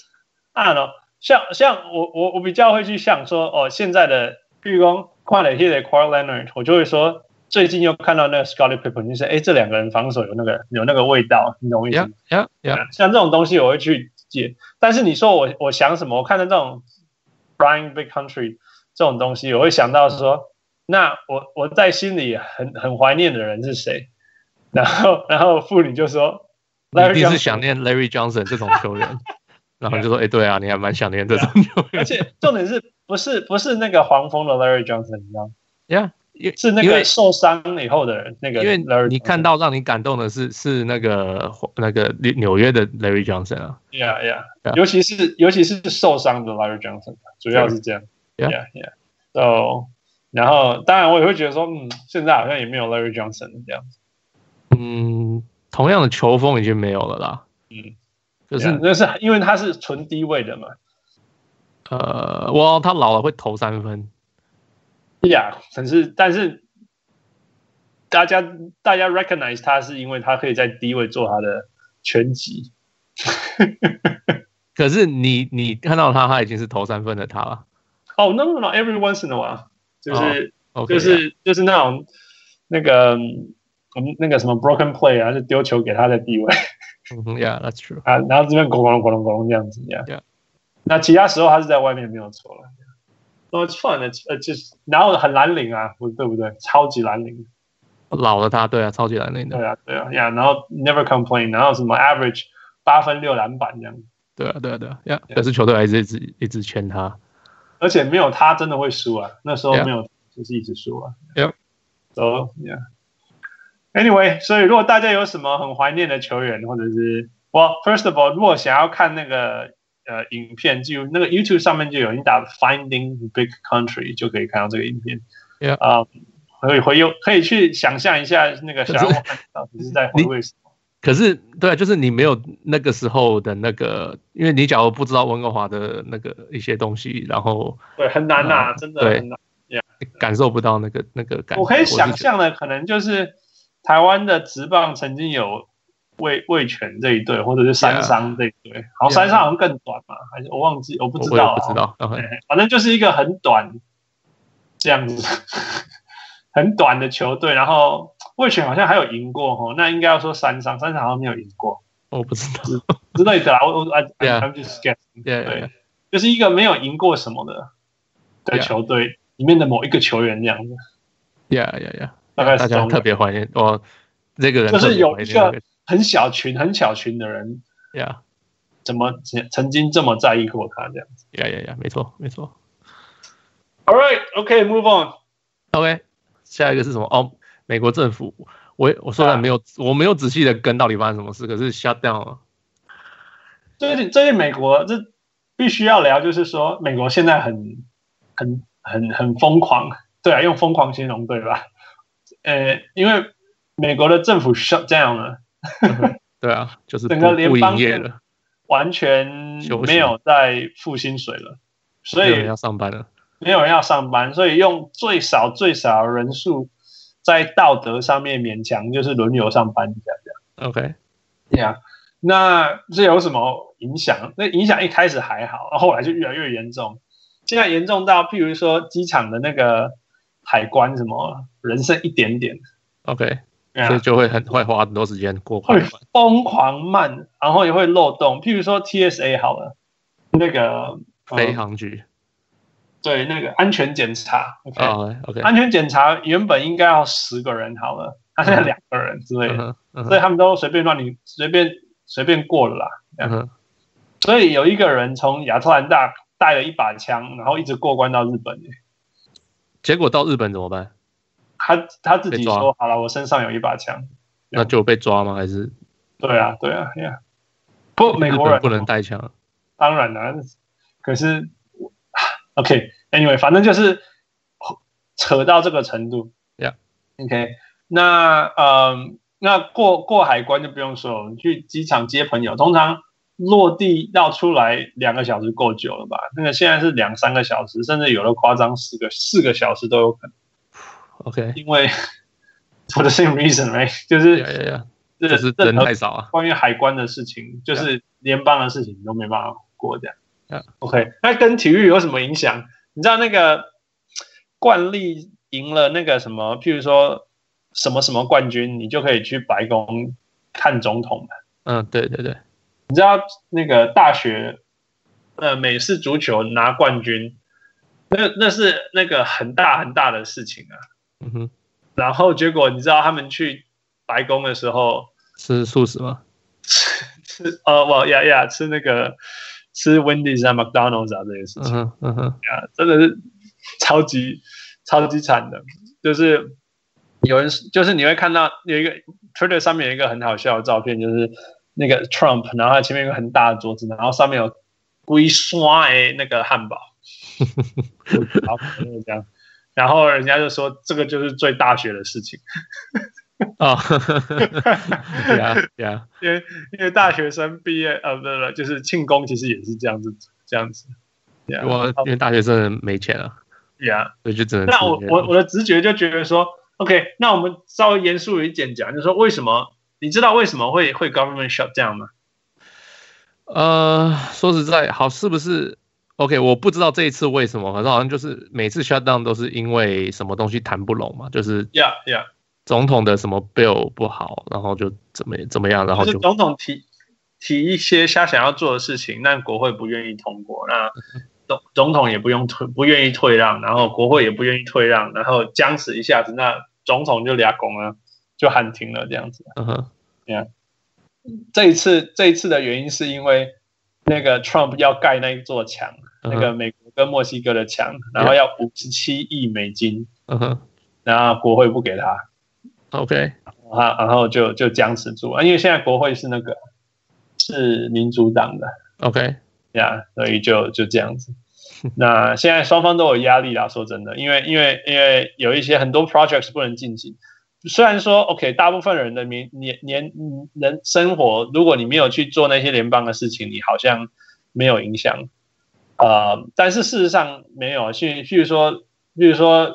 [SPEAKER 4] 啊呢，像像我我我比较会去想说，哦，现在的绿光换了 h i t Carl Leonard，我就会说，最近又看到那个 Scotty Pippen，就是哎，这两个人防守有那个有那个味道，你懂我意思吗
[SPEAKER 2] ，Yeah Yeah Yeah
[SPEAKER 4] 像这种东西我会去解，但是你说我我想什么？我看到这种 Brian Big Country 这种东西，我会想到说，那我我在心里很很怀念的人是谁？然后然后妇女就说，
[SPEAKER 2] 你一定
[SPEAKER 4] Larry
[SPEAKER 2] 是
[SPEAKER 4] Johnson
[SPEAKER 2] 想念 Larry Johnson 这种球 员，然后你就说，哎、对啊，你还蛮想念这种球
[SPEAKER 4] 而
[SPEAKER 2] 员
[SPEAKER 4] 且重点是不是不是那个黄蜂的 Larry Johnson，你知道吗？
[SPEAKER 2] ，Yeah，因为
[SPEAKER 4] 是那
[SPEAKER 2] 因为
[SPEAKER 4] 个受伤以后的人，那个
[SPEAKER 2] 因为
[SPEAKER 4] Larry
[SPEAKER 2] 你看到让你感动的是是那个那个纽纽约的 Larry Johnson 啊
[SPEAKER 4] Yeah, yeah.
[SPEAKER 2] Yeah.
[SPEAKER 4] 尤其是尤其是受伤的 Larry Johnson，主要是这样。
[SPEAKER 2] Yeah.
[SPEAKER 4] Yeah, yeah. So，然后当然我也会觉得说，嗯，现在好像也没有 Larry Johnson 这样。
[SPEAKER 2] 嗯，同样的球风已经没有了啦。
[SPEAKER 4] 嗯，
[SPEAKER 2] 就
[SPEAKER 4] 对啊
[SPEAKER 2] 是
[SPEAKER 4] 那是因为他是纯低位的嘛，
[SPEAKER 2] 呃，哇，他老了会投三分，
[SPEAKER 4] 呀、yeah,，可是但是大家大家 recognize 他是因为他可以在低位做他的全集，
[SPEAKER 2] 可是你你看到他，他已经是投三分的他了。
[SPEAKER 4] 哦、no no no，every once in a while，就是、
[SPEAKER 2] 哦 OK，
[SPEAKER 4] 就是就是那种那个嗯那个什么 broken play 啊，就丢球给他在低位
[SPEAKER 2] 嗯哼，Yeah，that's true。
[SPEAKER 4] 啊，然后这边咕隆咕隆咕隆这样子呀。
[SPEAKER 2] Yeah
[SPEAKER 4] 那其他时候他是在外面没有错了。No, it's fun. It's 呃，就是然后很蓝领啊，不对不对？超级蓝领，
[SPEAKER 2] 老了他，对啊，超级蓝领的，
[SPEAKER 4] 对啊对啊呀。然后 never complain，然后什么 average 八分六篮板这样，
[SPEAKER 2] 对啊，对啊，对啊，Yeah。可是球队还是一直一直圈他。
[SPEAKER 4] 而且没有他真的会输啊，那时候
[SPEAKER 2] Yeah.
[SPEAKER 4] 没有就是一直输啊。
[SPEAKER 2] Yep.
[SPEAKER 4] So yeah. Anyway，所以如果大家有什么很怀念的球员，或者是 Well first of all，如果想要看那个呃影片，就那个 YouTube 上面就有，你打 Finding Big Country 就可以看到这个影片。
[SPEAKER 2] Yeah.
[SPEAKER 4] 啊、可以回有可以去想象一下那个小
[SPEAKER 2] 可是
[SPEAKER 4] 王到底是在回味什么。
[SPEAKER 2] 可是，对啊，就是你没有那个时候的那个，因为你假如不知道温哥华的那个一些东西，然后
[SPEAKER 4] 对，很难呐、真的
[SPEAKER 2] 对
[SPEAKER 4] 很难。
[SPEAKER 2] 感受不到那个那个感觉。
[SPEAKER 4] 我可以
[SPEAKER 2] 是
[SPEAKER 4] 想
[SPEAKER 2] 觉得，
[SPEAKER 4] 象的，可能就是台湾的职棒曾经有魏魏权这一队，或者是三商这一队。好，
[SPEAKER 2] Yeah
[SPEAKER 4] 三商好像更短嘛，还是我忘记，我不知
[SPEAKER 2] 我我
[SPEAKER 4] 道、
[SPEAKER 2] 也
[SPEAKER 4] 啊，
[SPEAKER 2] 不知道。OK， 嗯
[SPEAKER 4] 对反正就是一个很短这样子， 很短的球队。然后魏权好像还有赢过哦，那应该要说三商，三商好像没有赢过
[SPEAKER 2] 我不知道。
[SPEAKER 4] 之类的啦。我我 I
[SPEAKER 2] Yeah
[SPEAKER 4] I'm just guessing，
[SPEAKER 2] Yeah,
[SPEAKER 4] 对
[SPEAKER 2] yeah,
[SPEAKER 4] 就是一个没有赢过什么的的
[SPEAKER 2] Yeah
[SPEAKER 4] 球队里面的某一个球员这样子，
[SPEAKER 2] yeah, yeah, yeah.
[SPEAKER 4] 大概是
[SPEAKER 2] 大
[SPEAKER 4] 这
[SPEAKER 2] 家
[SPEAKER 4] 种
[SPEAKER 2] 特别怀念我这个人，
[SPEAKER 4] 就是有一
[SPEAKER 2] 一
[SPEAKER 4] 个很小群、很小群的人，
[SPEAKER 2] ，yeah,
[SPEAKER 4] 怎么曾经这么在意过他这样子
[SPEAKER 2] yeah, yeah, yeah，没错，没错。
[SPEAKER 4] ？All right, OK, move on.
[SPEAKER 2] OK，下一个是什么？哦，美国政府，我我虽然
[SPEAKER 4] 啊
[SPEAKER 2] 没有、我没有仔细的跟到底发生什么事，可是 shut down 了。
[SPEAKER 4] 最近最近美国这必须要聊，就是说美国现在很很很很疯狂，对啊，用疯狂形容对吧？呃，因为美国的政府 shut down 了，
[SPEAKER 2] 对啊，就是
[SPEAKER 4] 整个
[SPEAKER 2] 不
[SPEAKER 4] 联
[SPEAKER 2] 不
[SPEAKER 4] 邦
[SPEAKER 2] 营业
[SPEAKER 4] 政
[SPEAKER 2] 了，
[SPEAKER 4] 完全
[SPEAKER 2] 休息
[SPEAKER 4] 没有在付薪水了，所
[SPEAKER 2] 没有
[SPEAKER 4] 以
[SPEAKER 2] 人要上班了。
[SPEAKER 4] 没有人要上班，所以用最少最少的人数在道德上面勉强就是轮流上班这样。
[SPEAKER 2] OK，
[SPEAKER 4] 对啊，那这有什么影响？那影响一开始还好，后来就越来越严重。现在严重到，譬如说机场的那个海关什么，人剩一点点，
[SPEAKER 2] OK，
[SPEAKER 4] 对啊
[SPEAKER 2] 所以就会很会花很多时间过快
[SPEAKER 4] 会哦疯狂慢，然后也会漏洞。譬如说 TSA 好了，那个、呃
[SPEAKER 2] 飞航局
[SPEAKER 4] 对那个安全检查 o k
[SPEAKER 2] 啊，OK，
[SPEAKER 4] 哎安全检查原本应该要十个人好了，他现在
[SPEAKER 2] 嗯
[SPEAKER 4] 两个人之类的，
[SPEAKER 2] 嗯哼嗯
[SPEAKER 4] 所以
[SPEAKER 2] 哼
[SPEAKER 4] 他们都随便让你随便随便过了啦。
[SPEAKER 2] 嗯哼
[SPEAKER 4] 所以有一个人从亚特兰大带了一把枪，然后一直过关到日本。
[SPEAKER 2] 结果到日本怎么办？
[SPEAKER 4] 他他自己
[SPEAKER 2] 被抓
[SPEAKER 4] 说好了，我身上有一把枪。
[SPEAKER 2] 那就被抓吗？还是
[SPEAKER 4] 对啊，对啊，对啊。不，美
[SPEAKER 2] 日
[SPEAKER 4] 国人
[SPEAKER 2] 本不能带枪？
[SPEAKER 4] 当然啦、可是 OK，Anyway，、反正就是扯到这个程度。
[SPEAKER 2] Yeah.
[SPEAKER 4] OK，那嗯，那过过海关就不用说了，你去机场接朋友，通常落地绕出来两个小时够久了吧？那个现在是两三个小时，甚至有的夸张四个四个小时都有可能，
[SPEAKER 2] OK，
[SPEAKER 4] 因为 for the same reason，right？就是
[SPEAKER 2] 呀呀呀，
[SPEAKER 4] 这
[SPEAKER 2] 就是
[SPEAKER 4] 这
[SPEAKER 2] 人太少啊。
[SPEAKER 4] 关于海关的事情，就是联邦的事情都没办法过这样。
[SPEAKER 2] Yeah.
[SPEAKER 4] OK，那跟体育有什么影响？你知道那个惯例赢了那个什么，譬如说什么什么冠军，你就可以去白宫看总统嘛。
[SPEAKER 2] 嗯，对对对，
[SPEAKER 4] 你知道那个大学，呃，美式足球拿冠军，那那是那个很大很大的事情啊。
[SPEAKER 2] 嗯哼，
[SPEAKER 4] 然后结果你知道他们去白宫的时候，
[SPEAKER 2] 是素食吗？
[SPEAKER 4] 吃哦，哇呀呀，吃那个吃 Wendy's 啊、McDonald's 啊这些事
[SPEAKER 2] 嗯
[SPEAKER 4] 情
[SPEAKER 2] 哼嗯哼，
[SPEAKER 4] 啊，真的是超级超级惨的。就是有人，就是你会看到有一个 Twitter 上面有一个很好笑的照片，就是那个 Trump，然后他前面有一个很大的桌子，然后上面有龟刷诶那个 汉堡，然后这样，然后人家就说这个就是最大学的事情。
[SPEAKER 2] 啊， 对啊对啊，
[SPEAKER 4] 因为因为大学生毕业，呃，不不，就是庆功其实也是这样子这样子。Yeah,
[SPEAKER 2] 我因为大学生没钱啊，
[SPEAKER 4] yeah.
[SPEAKER 2] 所以就只能
[SPEAKER 4] 那
[SPEAKER 2] 吃
[SPEAKER 4] 我
[SPEAKER 2] 这些
[SPEAKER 4] 我我的直觉就觉得说，OK，那我们稍微严肃一点讲，就是说为什么？你知道为什么会会 government shut down 吗？
[SPEAKER 2] 呃，说实在，好，是不是？OK，我不知道这一次为什么，反正好像就是每次 shutdown 都是因为什么东西谈不拢嘛，就是
[SPEAKER 4] 呀呀，
[SPEAKER 2] 总统的什么 bill 不好，然后就怎么怎么样，然后
[SPEAKER 4] 就是
[SPEAKER 2] 就
[SPEAKER 4] 总统提提一些他想要做的事情，那国会不愿意通过， 那总总统也不用退，不愿意退让，然后国会也不愿意退让，然后僵持一下子，那总统就俩拱了，就喊停了这样子。
[SPEAKER 2] 嗯哼，
[SPEAKER 4] 这一次这一次的原因是因为那个 Trump 要盖那一座墙。
[SPEAKER 2] 嗯
[SPEAKER 4] 那
[SPEAKER 2] 哼
[SPEAKER 4] 个美国跟墨西哥的墙，然后要五十七亿美金，
[SPEAKER 2] 嗯哼
[SPEAKER 4] 然后国会不给他，
[SPEAKER 2] ，OK，
[SPEAKER 4] 然后然后就就僵持住啊，因为现在国会是那个是民主党的
[SPEAKER 2] OK，
[SPEAKER 4] 呀，所以就就这样子。那现在双方都有压力啦，说真的，因为因为因为有一些很多 project 是不能进行。虽然说 OK，大部分人的年年年人生活，如果你没有去做那些联邦的事情，你好像没有影响。呃，但是事实上没有，譬譬如说，譬如说，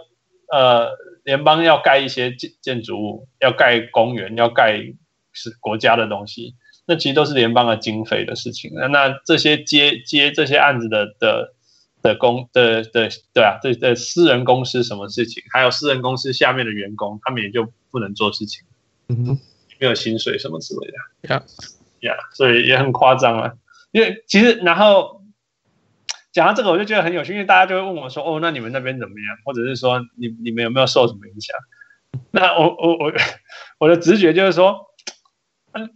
[SPEAKER 4] 呃，联邦要盖一些建建筑物，要盖公园，要盖是国家的东西，那其实都是联邦的经费的事情。那那这些接接这些案子的的的公的的对啊，对的私人公司什么事情，还有私人公司下面的员工，他们也就不能做事情，
[SPEAKER 2] 嗯哼，
[SPEAKER 4] 没有薪水什么之类的。
[SPEAKER 2] 呀，
[SPEAKER 4] 呀、所以也很夸张了。因为其实然后讲到这个，我就觉得很有趣，因为大家就会问我说：“哦，那你们那边怎么样？或者是说你你们有没有受什么影响？”那我我我我的直觉就是说，嗯，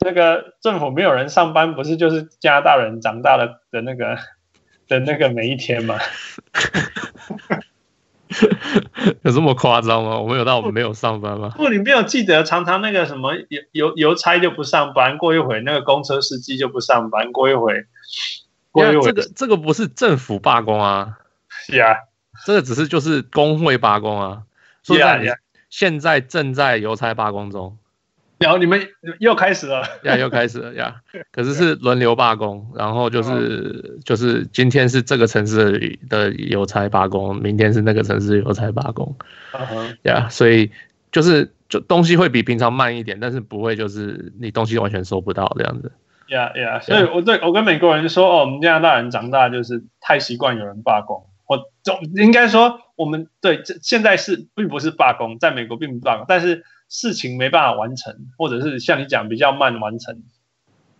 [SPEAKER 4] 那个政府没有人上班，不是就是加拿大人长大的的那个的那个每一天嘛？
[SPEAKER 2] 有这么夸张吗？我们有到我们没有上班吗？
[SPEAKER 4] 如果你没有记得，常常那个什么邮邮邮差就不上班，过一会那个公车司机就不上班，过一会过一
[SPEAKER 2] 呀
[SPEAKER 4] 会
[SPEAKER 2] 这个这个不是政府罢工啊，
[SPEAKER 4] 呀
[SPEAKER 2] 这个只是就是工会罢工啊。说实
[SPEAKER 4] Yeah,
[SPEAKER 2] 在你
[SPEAKER 4] yeah
[SPEAKER 2] 现在正在邮差罢工中。
[SPEAKER 4] 然后你们又开始了，
[SPEAKER 2] 呀，又开始了 呀。可是是轮流罢工，然后就是就是今天是这个城市的邮差罢工，明天是那个城市邮差罢工呀。所以就是就东西会比平常慢一点，但是不会就是你东西完全收不到这样子。
[SPEAKER 4] 呀呀，所以我对我跟美国人说，哦，我们加拿大人长大就是太习惯有人罢工。我总应该说，我们对这现在是并不是罢工，在美国并不是罢工，但是事情没办法完成，或者是像你讲比较慢完成，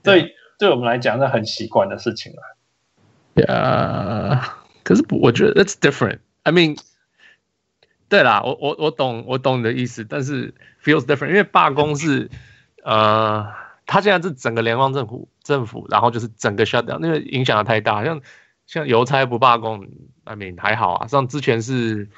[SPEAKER 4] 对，对我们来讲是很习惯的事情了。
[SPEAKER 2] 呀，可是不我觉得 that's different。I mean，对啦，我我我懂我懂你的意思，但是 feels different，因为罢工是呃，他现在是整个联邦政府政府，然后就是整个 shut down，那个影响得太大，像像邮差不罢工，I mean 还好啊，像之前是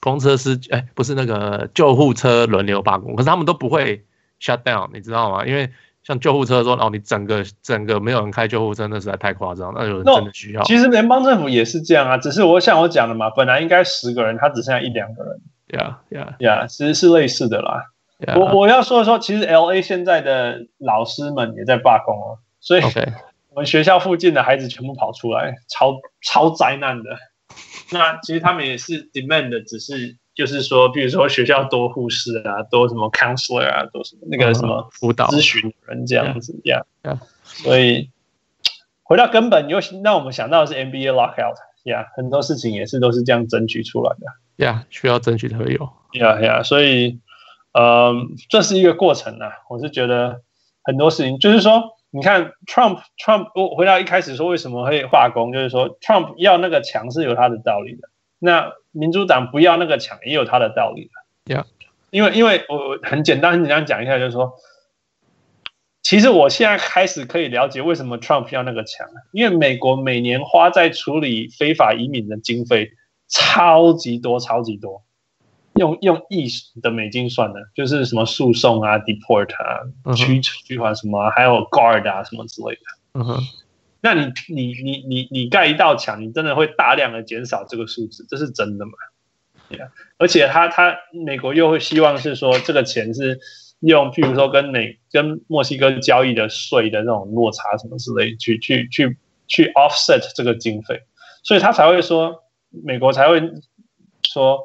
[SPEAKER 2] 公车司机，哎，不是那个救护车轮流罢工，可是他们都不会 shut down，你知道吗？因为像救护车说，哦，你整个整个没有人开救护车，那实在太夸张，那有人
[SPEAKER 4] No，
[SPEAKER 2] 真的需要。
[SPEAKER 4] 其实联邦政府也是这样啊，只是我像我讲的嘛，本来应该十个人，他只剩下一两个人
[SPEAKER 2] Yeah, yeah,
[SPEAKER 4] 呀，其实是类似的啦。
[SPEAKER 2] yeah.
[SPEAKER 4] 我我要说的说，其实 L A 现在的老师们也在罢工哦，所以
[SPEAKER 2] OK，
[SPEAKER 4] 我们学校附近的孩子全部跑出来，超超灾难的。那其实他们也是 demand 的，只是就是说，比如说学校多护士啊，多什么 counselor 啊，多什么那个什么
[SPEAKER 2] 辅导
[SPEAKER 4] 咨询人这样子呀。
[SPEAKER 2] Yeah.
[SPEAKER 4] 所以回到根本，又让我们想到的是 NBA lockout 呀，很多事情也是都是这样争取出来的。
[SPEAKER 2] ，Yeah，需要争取才会有。
[SPEAKER 4] 呀呀，所以，呃，这是一个过程啊。我是觉得很多事情，就是说，你看 Trump Trump，我回到一开始说为什么会罢工，就是说 Trump 要那个墙是有他的道理的，那民主党不要那个墙也有他的道理的。
[SPEAKER 2] Yeah
[SPEAKER 4] 因为因为我我很简单很简单讲一下，就是说，其实我现在开始可以了解为什么 Trump 要那个墙了，因为美国每年花在处理非法移民的经费超级多，超级多。用用亿的美金算的，就是什么诉讼啊、deport 啊、
[SPEAKER 2] 嗯
[SPEAKER 4] 驱
[SPEAKER 2] 哼，
[SPEAKER 4] 驱还什么啊，还有 guard 啊什么之类的。
[SPEAKER 2] 嗯哼，
[SPEAKER 4] 那你你你你你盖一道墙，你真的会大量的减少这个数字，这是真的吗？而且他他美国又会希望是说这个钱是用，譬如说跟美跟墨西哥交易的税的那种落差什么之类，去去去去 offset 这个经费，所以他才会说美国才会说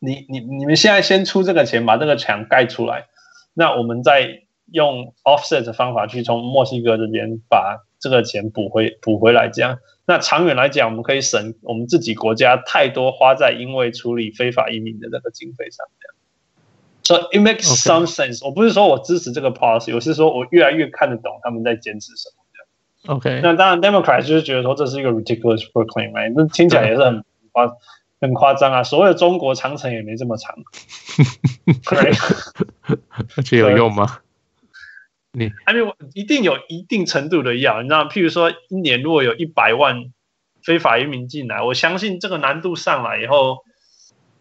[SPEAKER 4] 你你你们现在先出这个钱把这个墙盖出来，那我们再用 offset 的方法去从墨西哥这边把这个钱补回补回来，这样那长远来讲，我们可以省我们自己国家太多花在因为处理非法移民的那个经费上。这样 So it makes
[SPEAKER 2] OK
[SPEAKER 4] some sense。我不是说我支持这个 policy，我是说我越来越看得懂他们在坚持什么。
[SPEAKER 2] OK，
[SPEAKER 4] 那当然，Democrat 就是觉得说这是一个 ridiculous proclaim，、right? 那听起来也是很夸很夸张啊。所谓的中国长城也没这么长 ，right？I
[SPEAKER 2] 而且有用吗？你
[SPEAKER 4] mean，一定有一定程度的要，你知道，譬如说一年如果有一百万非法移民进来，我相信这个难度上来以后，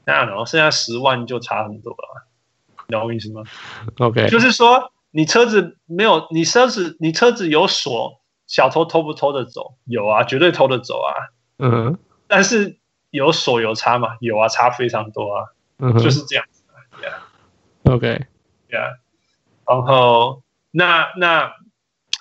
[SPEAKER 4] 那然后剩下十万就差很多了，你懂我意思吗？
[SPEAKER 2] OK
[SPEAKER 4] 就是说你车子没有，你车子你车子有锁，小偷偷不偷得走？有啊，绝对偷得走啊。
[SPEAKER 2] 嗯
[SPEAKER 4] 但是有锁有差嘛？有啊，差非常多啊，
[SPEAKER 2] 嗯哼，
[SPEAKER 4] 就是这样子
[SPEAKER 2] OK
[SPEAKER 4] 对啊。然后那那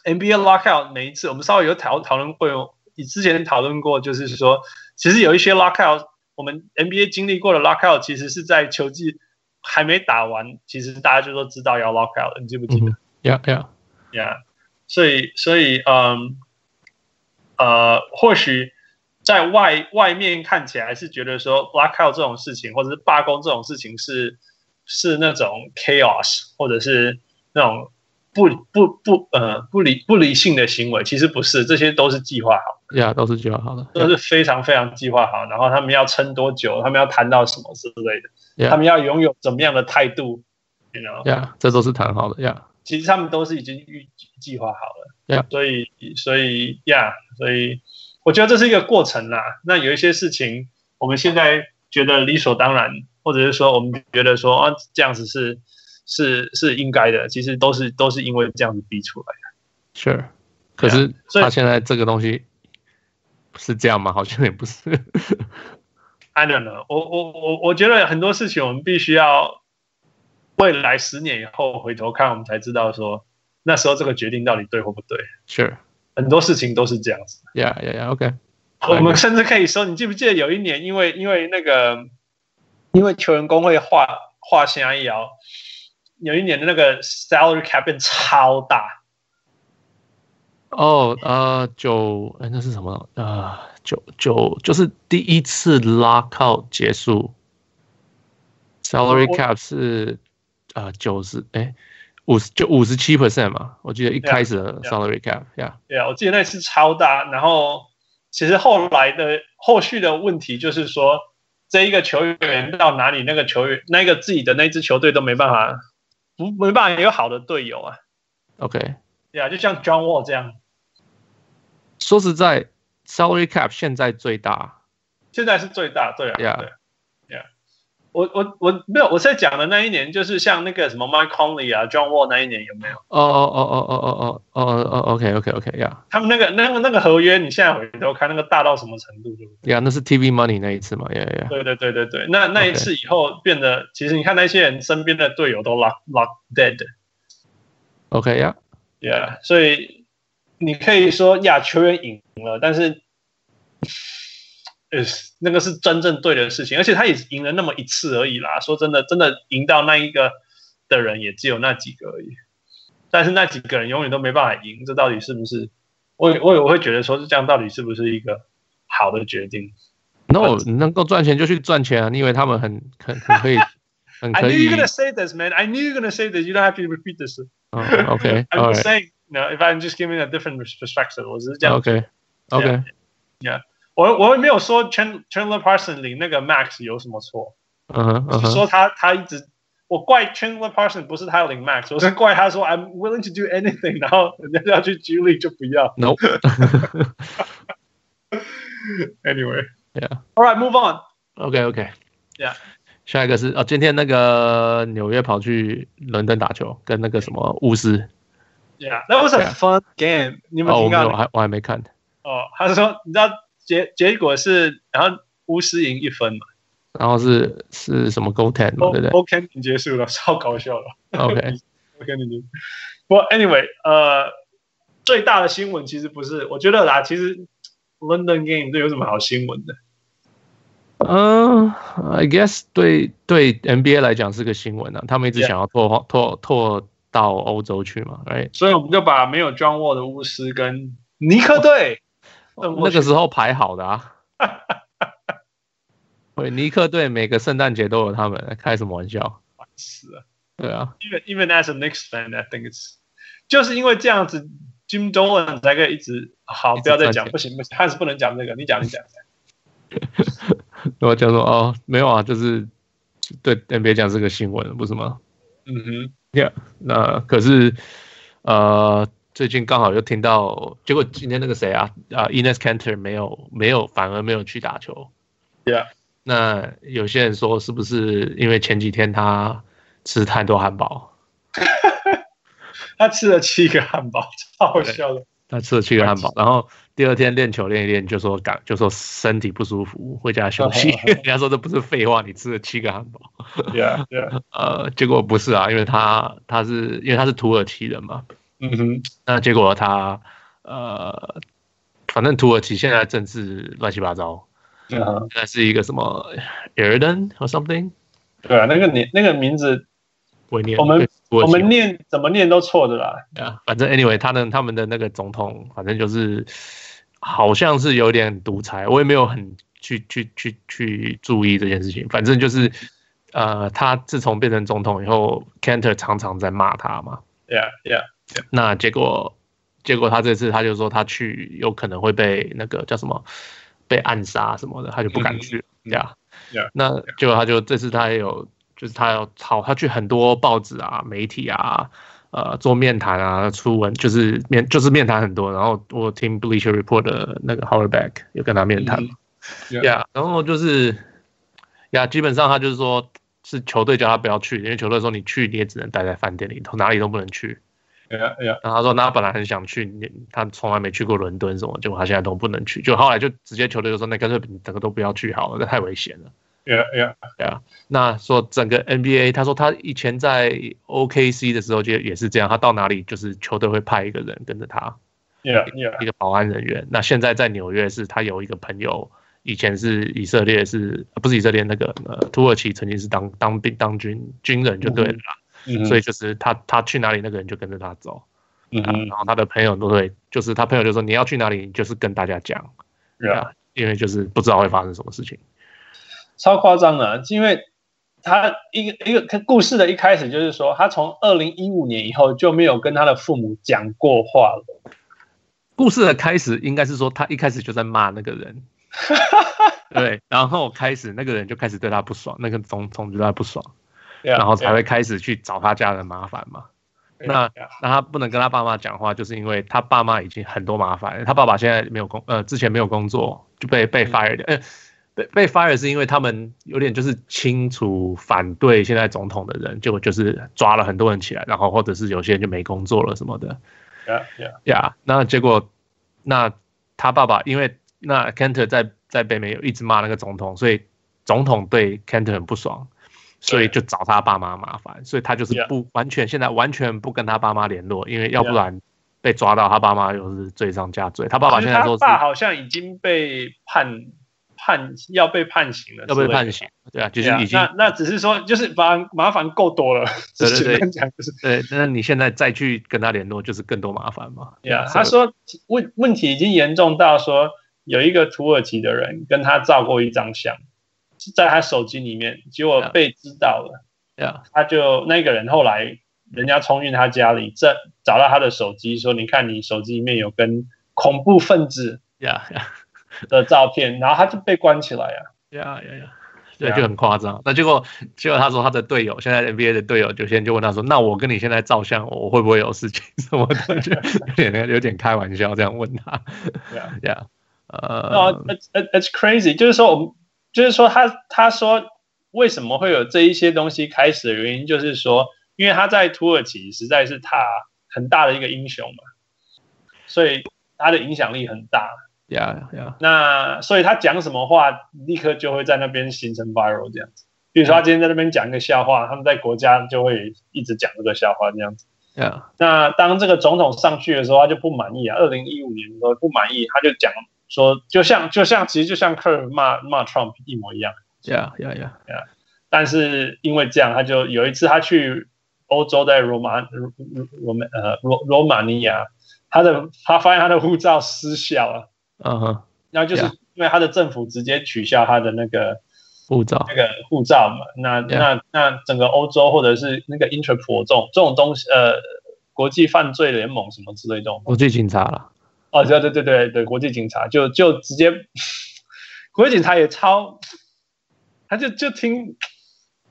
[SPEAKER 4] NBA lockout 每一次我们稍微有讨讨论过哦，你之前讨论过，就是说其实有一些 lockout，我们 NBA 经历过的 lockout 其实是在球季还没打完，其实大家就都知道要 lockout，了你记不记
[SPEAKER 2] 嗯
[SPEAKER 4] 得？
[SPEAKER 2] 哼，Yeah Yeah，
[SPEAKER 4] Yeah，所以所以嗯呃，或许在外外面看起来是觉得说 blackout 这种事情，或者是罢工这种事情是是那种 chaos，或者是那种不不不呃不理不理性的行为，其实不是，这些都是计划好，
[SPEAKER 2] 呀，都是觉得好的
[SPEAKER 4] 都是非常非常计划好，然后他们要撑多久，他们要谈到什么之类的
[SPEAKER 2] Yeah
[SPEAKER 4] 他们要拥有怎么样的态度，you know。
[SPEAKER 2] 呀，这都是谈好的呀。
[SPEAKER 4] 其实他们都是已经预计划好了。
[SPEAKER 2] Yeah.
[SPEAKER 4] 所以所以呀所以我觉得这是一个过程啦。那有一些事情，我们现在觉得理所当然，或者是说我们觉得说啊这样子是是是应该的，其实都是都是因为这样子逼出来。
[SPEAKER 2] Sure，可是
[SPEAKER 4] 所以
[SPEAKER 2] 他现在这个东西是这样吗？好像也不是。
[SPEAKER 4] I don't know，我我我我觉得很多事情我们必须要未来十年以后回头看，我们才知道说那时候这个决定到底对或不对。
[SPEAKER 2] Sure，Yeah
[SPEAKER 4] 很多事情都是这样子。
[SPEAKER 2] Yeah Yeah，OK，
[SPEAKER 4] 我们甚至可以说，你记不记得有一年，因为因为那个，因为球员工会画画虾摇，有一年的那个 salary cap 变超大，
[SPEAKER 2] 哦，呃，九，哎，那是什么？呃，九九就是第一次拉靠结束，salary
[SPEAKER 4] 哦我
[SPEAKER 2] cap 是呃九十，哎，五十就五十七 percent 嘛，我记得一
[SPEAKER 4] Yeah，
[SPEAKER 2] 开始的
[SPEAKER 4] 啊 yeah
[SPEAKER 2] salary cap，Yeah，
[SPEAKER 4] 对啊，我记得那次超大。然后其实后来的后续的问题就是说，这一个球员到哪里，那个球员那个自己的那支球队都没办法，不没办法有好的队友啊，
[SPEAKER 2] OK，
[SPEAKER 4] 对啊，就像 John Wall 这样，
[SPEAKER 2] 说实在，salary cap 现在最大
[SPEAKER 4] 现在是最大，对啊
[SPEAKER 2] Yeah.
[SPEAKER 4] 对啊，Yeah，我我我没有，我在讲的那一年就是像那个什么 Mike Conley 啊、John Wall 那一年有没有？
[SPEAKER 2] 哦哦哦哦哦哦哦哦，OK OK OK，Yeah
[SPEAKER 4] 他们那个那个那个合约，你现在回头看，那个大到什么程度，对不
[SPEAKER 2] Yeah，那是 TV money 那一次嘛，Yeah Yeah，
[SPEAKER 4] 对？对对对对对，那那一
[SPEAKER 2] OK
[SPEAKER 4] 次以后变得，其实你看那些人身边的队友都 lock lock dead，Yeah，
[SPEAKER 2] OK Yeah，
[SPEAKER 4] 所以你可以说呀，球员赢了，但是。呃，那个是真正对的事情，而且他也赢了那么一次而已啦。说真的，真的赢到那一个的人也只有那几个而已，但是那几个人永远都没办法赢，这到底是不是？我也我也会觉得说，这样到底是不是一个好的决定？
[SPEAKER 2] No，你能够赚钱就去赚钱啊！你以为他们很很很 可以，很
[SPEAKER 4] I
[SPEAKER 2] 可
[SPEAKER 4] knew
[SPEAKER 2] 以
[SPEAKER 4] you're gonna say this, man. I knew you're gonna say this. You don't have to repeat this.
[SPEAKER 2] 嗯 OK，
[SPEAKER 4] I'm just
[SPEAKER 2] all right，啊
[SPEAKER 4] saying, you know, if I'm just giving a different perspective，我只是这样。
[SPEAKER 2] OK OK，
[SPEAKER 4] 我我也没有说 Chan- Chandler Parson 领那个 Max 有什么错，
[SPEAKER 2] 嗯哼嗯
[SPEAKER 4] 是
[SPEAKER 2] 哼
[SPEAKER 4] 说他他一直我怪 Chandler Parson 不是他领 Max，我是怪他说 I'm willing to do anything，然后人家要去 Julie 就不要。
[SPEAKER 2] ，No，
[SPEAKER 4] Anyway,
[SPEAKER 2] Yeah.
[SPEAKER 4] all right, move on.
[SPEAKER 2] OK OK，
[SPEAKER 4] Yeah.
[SPEAKER 2] 下一个是哦，今天那个纽约跑去伦敦打球，跟那个什么巫师
[SPEAKER 4] Yeah, that was a
[SPEAKER 2] Yeah.
[SPEAKER 4] fun game. 你们
[SPEAKER 2] 哦，我
[SPEAKER 4] 听
[SPEAKER 2] 没
[SPEAKER 4] 到
[SPEAKER 2] 有，
[SPEAKER 4] 吗？
[SPEAKER 2] 还我还没看，
[SPEAKER 4] 哦，他说你知道结结果是，然后巫师赢一分嘛，
[SPEAKER 2] 然后是是什么 Go Ten 嘛，
[SPEAKER 4] O
[SPEAKER 2] 对不
[SPEAKER 4] O K 已结束了，超搞笑了。
[SPEAKER 2] 对？OK，
[SPEAKER 4] O K 已经。不过 anyway，呃，最大的新闻其实不是，我觉得啦，其实 London Game 这有什么好新闻的？
[SPEAKER 2] 嗯、i guess 对对 NBA 来讲是个新闻啊，他们一直
[SPEAKER 4] Yeah
[SPEAKER 2] 想要拓拓拓到欧洲去嘛，right？
[SPEAKER 4] 所以我们就把没有 John Wall 的巫师跟尼克队，嗯我
[SPEAKER 2] 那个时候排好的啊。对，尼克队每个圣诞节都有他们，开什么玩笑？
[SPEAKER 4] 烦死了。
[SPEAKER 2] 对啊，
[SPEAKER 4] Even even as a Knicks fan, I think it's 就是因为这样子，Jim Dolan 才可以一直好，
[SPEAKER 2] 一直
[SPEAKER 4] 不要再
[SPEAKER 2] 赚
[SPEAKER 4] 讲，
[SPEAKER 2] 钱
[SPEAKER 4] 不行不行，汉斯不能讲这个，你讲你讲。
[SPEAKER 2] 我就说哦，没有啊，就是对 NBA 讲是个新闻，不是吗？
[SPEAKER 4] 嗯哼，
[SPEAKER 2] 那可是，呃，最近刚好又听到，结果今天那个谁啊，啊、i n e s Cantor 没有没有，反而没有去打球。
[SPEAKER 4] Yeah
[SPEAKER 2] 那有些人说是不是因为前几天他吃太多汉堡，
[SPEAKER 4] 他吃了七个汉堡，超好笑的。。
[SPEAKER 2] 他吃了七个汉堡，然后第二天练球练一练就说感就说身体不舒服，回家休息 人家说这不是废话，你吃了七个汉堡。
[SPEAKER 4] Yeah, yeah.
[SPEAKER 2] 呃，结果不是啊，因为他他是因为他是土耳其人嘛，
[SPEAKER 4] 嗯哼，
[SPEAKER 2] 那结果他呃，反正土耳其现在政治乱七八糟，
[SPEAKER 4] 嗯哼，
[SPEAKER 2] 现在是一个什么 Erdogan or something，
[SPEAKER 4] 对啊，那个你那个名字，
[SPEAKER 2] 我念
[SPEAKER 4] 我们
[SPEAKER 2] 土
[SPEAKER 4] 我
[SPEAKER 2] 耳其
[SPEAKER 4] 们念怎么念都错的啦。
[SPEAKER 2] 啊，反正 anyway，他的他们的那个总统，反正就是好像是有点独裁，我也没有很去去去去注意这件事情，反正就是呃，他自从变成总统以后，Cantor 常常在骂他嘛，
[SPEAKER 4] Yeah, yeah.
[SPEAKER 2] 那结果，结果他这次他就说他去有可能会被那个叫什么被暗杀什么的，他就不敢去，
[SPEAKER 4] 嗯
[SPEAKER 2] 对啊
[SPEAKER 4] Yeah，
[SPEAKER 2] 那结果他就这次他也有，就是他要好，他去很多报纸啊、媒体啊，呃，做面谈啊、出文，就是面就是面谈很多。然后我听 Bleacher Report 的那个 Howard Beck 有跟他面谈
[SPEAKER 4] 嗯，Yeah
[SPEAKER 2] 呀，然后就是呀，基本上他就是说。是球队叫他不要去，因为球队说你去你也只能待在饭店里头，哪里都不能去。
[SPEAKER 4] Yeah, yeah.
[SPEAKER 2] 然后他说，那他本来很想去，他从来没去过伦敦什么，结果他现在都不能去，就后来就直接球队就说，那干脆你整个都不要去好了，那太危险了。
[SPEAKER 4] Yeah, yeah.
[SPEAKER 2] 对啊，那说整个 NBA，他说他以前在 OKC 的时候就也是这样，他到哪里就是球队会派一个人跟着他，
[SPEAKER 4] Yeah, yeah.
[SPEAKER 2] 一个保安人员。那现在在纽约是他有一个朋友，以前是以色列是呃不是以色列那个呃土耳其曾经是当当兵当军军人就对了啦，
[SPEAKER 4] 嗯
[SPEAKER 2] 所
[SPEAKER 4] 以，
[SPEAKER 2] 以就是他他去哪里那个人就跟着他走。
[SPEAKER 4] 嗯
[SPEAKER 2] 啊，
[SPEAKER 4] 哼
[SPEAKER 2] 然后他的朋友都会，就是他朋友就说你要去哪里，你就是跟大家讲，
[SPEAKER 4] ，Yeah，
[SPEAKER 2] 啊因为就是不知道会发生什么事情。
[SPEAKER 4] 超夸张的啊，因为他一个一个故事的一开始就是说，他从二零一五年以后就没有跟他的父母讲过话了。
[SPEAKER 2] 故事的开始应该是说他一开始就在骂那个 人，对，然后开始那个人就开始对他不爽，那个总总就对他不爽，
[SPEAKER 4] Yeah,
[SPEAKER 2] 然后才会开始去找他家人麻烦嘛。
[SPEAKER 4] yeah,
[SPEAKER 2] 那
[SPEAKER 4] yeah,
[SPEAKER 2] 那他不能跟他爸妈讲话，就是因为他爸妈已经很多麻烦了。他爸爸现在没有工，呃，之前没有工作就被被 fire 的，呃，被被 fire 是因为他们有点就是清除反对现在总统的人，结果就是抓了很多人起来，然后或者是有些人就没工作了什么的
[SPEAKER 4] yeah, yeah.
[SPEAKER 2] 呀。那结果那他爸爸因为那 Cantor 在在北美有一直骂那个总统，所以总统对 Cantor 很不爽。所以就找他爸妈麻烦，所以他就是
[SPEAKER 4] Yeah.
[SPEAKER 2] 不完全现在完全不跟他爸妈联络，因为要不
[SPEAKER 4] Yeah.
[SPEAKER 2] 然被抓到，他爸妈又是罪上加罪。他爸爸现在
[SPEAKER 4] 其
[SPEAKER 2] 说
[SPEAKER 4] 实
[SPEAKER 2] 是
[SPEAKER 4] 他爸好像已经被判判要被判刑了，
[SPEAKER 2] 要被判。刑，对啊，就是已经
[SPEAKER 4] 那那只是说，就是麻麻烦够多了。
[SPEAKER 2] 对对对
[SPEAKER 4] 简单讲就是
[SPEAKER 2] 对，那你现在再去跟他联络，就是更多麻烦嘛。
[SPEAKER 4] ，Yeah，
[SPEAKER 2] So-
[SPEAKER 4] 他说问问题已经严重到说，有一个土耳其的人跟他照过一张相，是在他手机里面，结果
[SPEAKER 2] Yeah.
[SPEAKER 4] 被知道了，
[SPEAKER 2] ，Yeah，
[SPEAKER 4] 他就那个人后来人家冲进他家里，这找到他的手机，说你看你手机里面有跟恐怖分子
[SPEAKER 2] yeah，yeah，
[SPEAKER 4] 的照片，然后他就被关起来啊。
[SPEAKER 2] yeah，yeah，yeah。对，就很夸张。那结果，结果他说他的队友，现在 NBA 的队友，就先就问他说：“那我跟你现在照相，我会不会有事情什么的？”就有点有点开玩笑这样问他。
[SPEAKER 4] 对啊
[SPEAKER 2] Yeah，呃
[SPEAKER 4] 哦、i t s it's crazy，就是说我们，就是说他他说为什么会有这一些东西开始的原因，就是说，因为他在土耳其实在是他很大的一个英雄嘛，所以他的影响力很大。
[SPEAKER 2] 呀呀，
[SPEAKER 4] 那所以他讲什么话，立刻就会在那边形成 viral 这样子。比如说他今天在那边讲一个笑话，他们在国家就会一直讲这个笑话这样子。
[SPEAKER 2] 呀，
[SPEAKER 4] 那当这个总统上去的时候，他就不满意啊。二零一五年的时候不满意，他就讲说，就像就像其实就像 Curve 骂骂 Trump 一模一样。
[SPEAKER 2] 呀呀呀，
[SPEAKER 4] 但是因为这样，他就有一次他去欧洲，在罗马罗罗马呃罗罗马尼亚，他的他发现他的护照失效了，
[SPEAKER 2] 嗯哼，
[SPEAKER 4] 然后就是
[SPEAKER 2] Yeah.
[SPEAKER 4] 因为他的政府直接取消他的那个
[SPEAKER 2] 护照
[SPEAKER 4] 那个护照嘛，那
[SPEAKER 2] Yeah.
[SPEAKER 4] 那那整个欧洲或者是那个 Interpol 这种这种东西，呃，国际犯罪联盟什么之类的这种东西，
[SPEAKER 2] 国际警察了，
[SPEAKER 4] 哦，对对对对对，国际警察就就直接，国际警察也超，他就就听，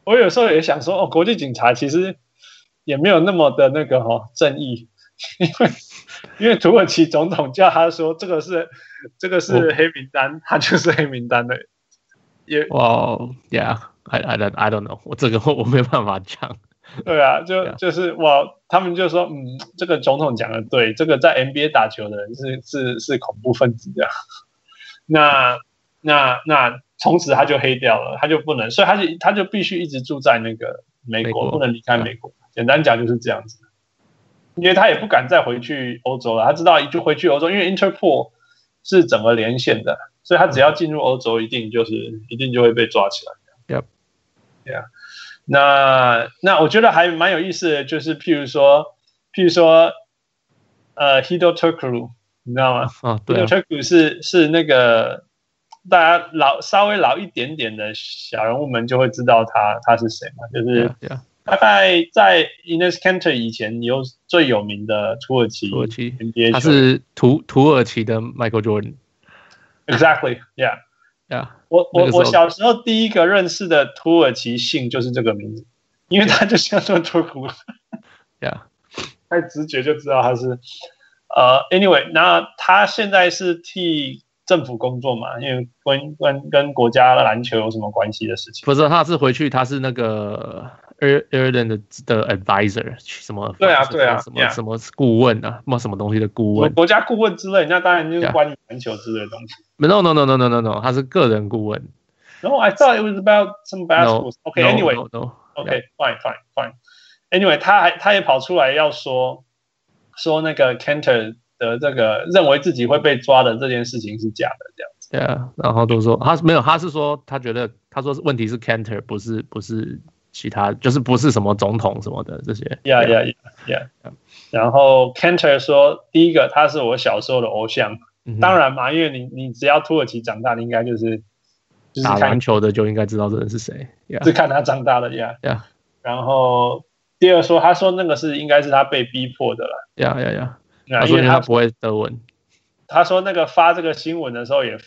[SPEAKER 4] 我有时候也想说，哦，国际警察其实也没有那么的那个哦、正义，因为因为土耳其总统叫他说这个是这个是
[SPEAKER 2] 我
[SPEAKER 4] 黑名单，他就是黑名单的，也
[SPEAKER 2] 哇哦，Yeah，I I don't I don't know，我这个我没办法讲，
[SPEAKER 4] 对啊，就
[SPEAKER 2] Yeah.
[SPEAKER 4] 就是哇，他们就说，嗯，这个总统讲的对，这个在 NBA 打球的人是是是恐怖分子这样。 那那那从此他就黑掉了，他就不能，所以他就他就必须一直住在那个美国，
[SPEAKER 2] 美国
[SPEAKER 4] 不能离开美国。简单讲就是这样子，因为他也不敢再回去欧洲了，他知道一就回去欧洲，因为 Interpol 是整个连线的，所以他只要进入欧洲，一定就是一定就会被抓起来。
[SPEAKER 2] Yep.
[SPEAKER 4] Yeah. 那那我觉得还蛮有意思的，就是譬如说，譬如说，呃，Hido Turkoglu，你知道吗
[SPEAKER 2] 啊，对
[SPEAKER 4] ？Hido
[SPEAKER 2] 啊，
[SPEAKER 4] Turkoglu 是是那个大家老稍微老一点点的小人物们就会知道他他是谁嘛，就是
[SPEAKER 2] 呀呀，
[SPEAKER 4] 大概在 Ines Kanter 以前有最有名的土耳其
[SPEAKER 2] 土耳其
[SPEAKER 4] NBA
[SPEAKER 2] 他
[SPEAKER 4] 球员
[SPEAKER 2] 是土土耳其的 Michael Jordan，
[SPEAKER 4] Exactly，Yeah。
[SPEAKER 2] 呀，
[SPEAKER 4] 我
[SPEAKER 2] 那
[SPEAKER 4] 我
[SPEAKER 2] 个时候
[SPEAKER 4] 我小时候第一个认识的土耳其姓就是这个名字，因为他就像说 Turkoglu。
[SPEAKER 2] 呀，
[SPEAKER 4] 太直觉就知道他是，呃，anyway，那他现在是替政府工作嘛，因为跟跟跟国家篮球有什么关系的事情？
[SPEAKER 2] 不是，他是回去，他是那个 Ir Ireland 的的 advisor，什么
[SPEAKER 4] 对啊
[SPEAKER 2] 什么
[SPEAKER 4] 对啊
[SPEAKER 2] 什么
[SPEAKER 4] yeah
[SPEAKER 2] 什么顾问啊，什么什么东西的顾
[SPEAKER 4] 我
[SPEAKER 2] 问
[SPEAKER 4] 国家顾问之类，那当然就是
[SPEAKER 2] Yeah
[SPEAKER 4] 关于篮球之类的东西。
[SPEAKER 2] ，no no no no no no no，他是个人顾问
[SPEAKER 4] 然后 I thought it was about some
[SPEAKER 2] ，no
[SPEAKER 4] basketball. OK,
[SPEAKER 2] no,
[SPEAKER 4] anyway,
[SPEAKER 2] no no
[SPEAKER 4] OK, fine, fine, fine. Anyway，他还他也跑出来要说说那个 Cantor 的这个认为自己会被抓的这件事情是假的，这样。
[SPEAKER 2] 对啊，然后都说他是没有，他是说他觉得他说是问题是 Cantor 不是不是其他，就是不是什么总统什么的这些。
[SPEAKER 4] 呀呀呀呀
[SPEAKER 2] Yeah.！
[SPEAKER 4] 然后 Cantor 说，第一个他是我小时候的偶像，
[SPEAKER 2] 嗯哼
[SPEAKER 4] 当然嘛，因为你你只要土耳其长大，你应该就是就是
[SPEAKER 2] 打
[SPEAKER 4] 看
[SPEAKER 2] 篮球的就应该知道这人是谁。
[SPEAKER 4] 是
[SPEAKER 2] Yeah
[SPEAKER 4] 看他长大的呀。
[SPEAKER 2] yeah
[SPEAKER 4] 然后第二说，他说那个是应该是他被逼迫的了，
[SPEAKER 2] yeah yeah yeah，
[SPEAKER 4] 那
[SPEAKER 2] 他
[SPEAKER 4] 因
[SPEAKER 2] 说
[SPEAKER 4] 为
[SPEAKER 2] 他
[SPEAKER 4] 他
[SPEAKER 2] 不会德文。
[SPEAKER 4] 他说那个发这个新闻的时候也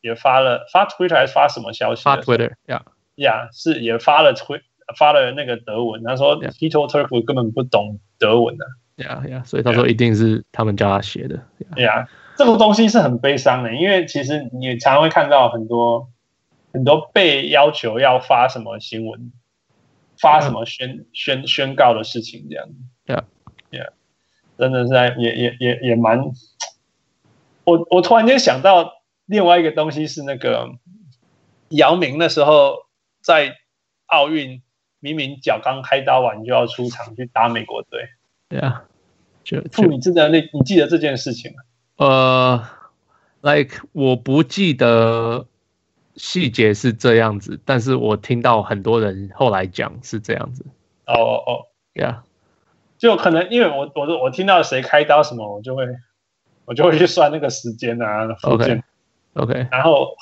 [SPEAKER 4] 也发了发 Twitter 还是发什么消息的
[SPEAKER 2] 发
[SPEAKER 4] 时候？
[SPEAKER 2] Twitter yeah
[SPEAKER 4] 呀是也发了 Twitter 发了那个德文，他说
[SPEAKER 2] Yeah.
[SPEAKER 4] Hito Turk 根本不懂德文的。
[SPEAKER 2] yeah yeah，所以他说一定是他们教他写的。Yeah
[SPEAKER 4] 对呀，这个东西是很悲伤的，因为其实你也常常会看到很多很多被要求要发什么新闻，发什么宣、宣宣告的事情这样。
[SPEAKER 2] Yeah.
[SPEAKER 4] Yeah，真的是在也也也也蛮，我我突然间想到另外一个东西是那个姚明那时候在奥运明明脚刚开刀完就要出场去打美国队，
[SPEAKER 2] yeah，就啊
[SPEAKER 4] 父
[SPEAKER 2] 就
[SPEAKER 4] 你记得那你记得这件事情吗？
[SPEAKER 2] 呃，like 我不记得细节是这样子，但是我听到很多人后来讲是这样子。
[SPEAKER 4] 哦哦哦。
[SPEAKER 2] Yeah
[SPEAKER 4] 就可能因为我我我听到谁开刀什么，我就会我就会去算那个时间啊附件
[SPEAKER 2] OK OK
[SPEAKER 4] 然后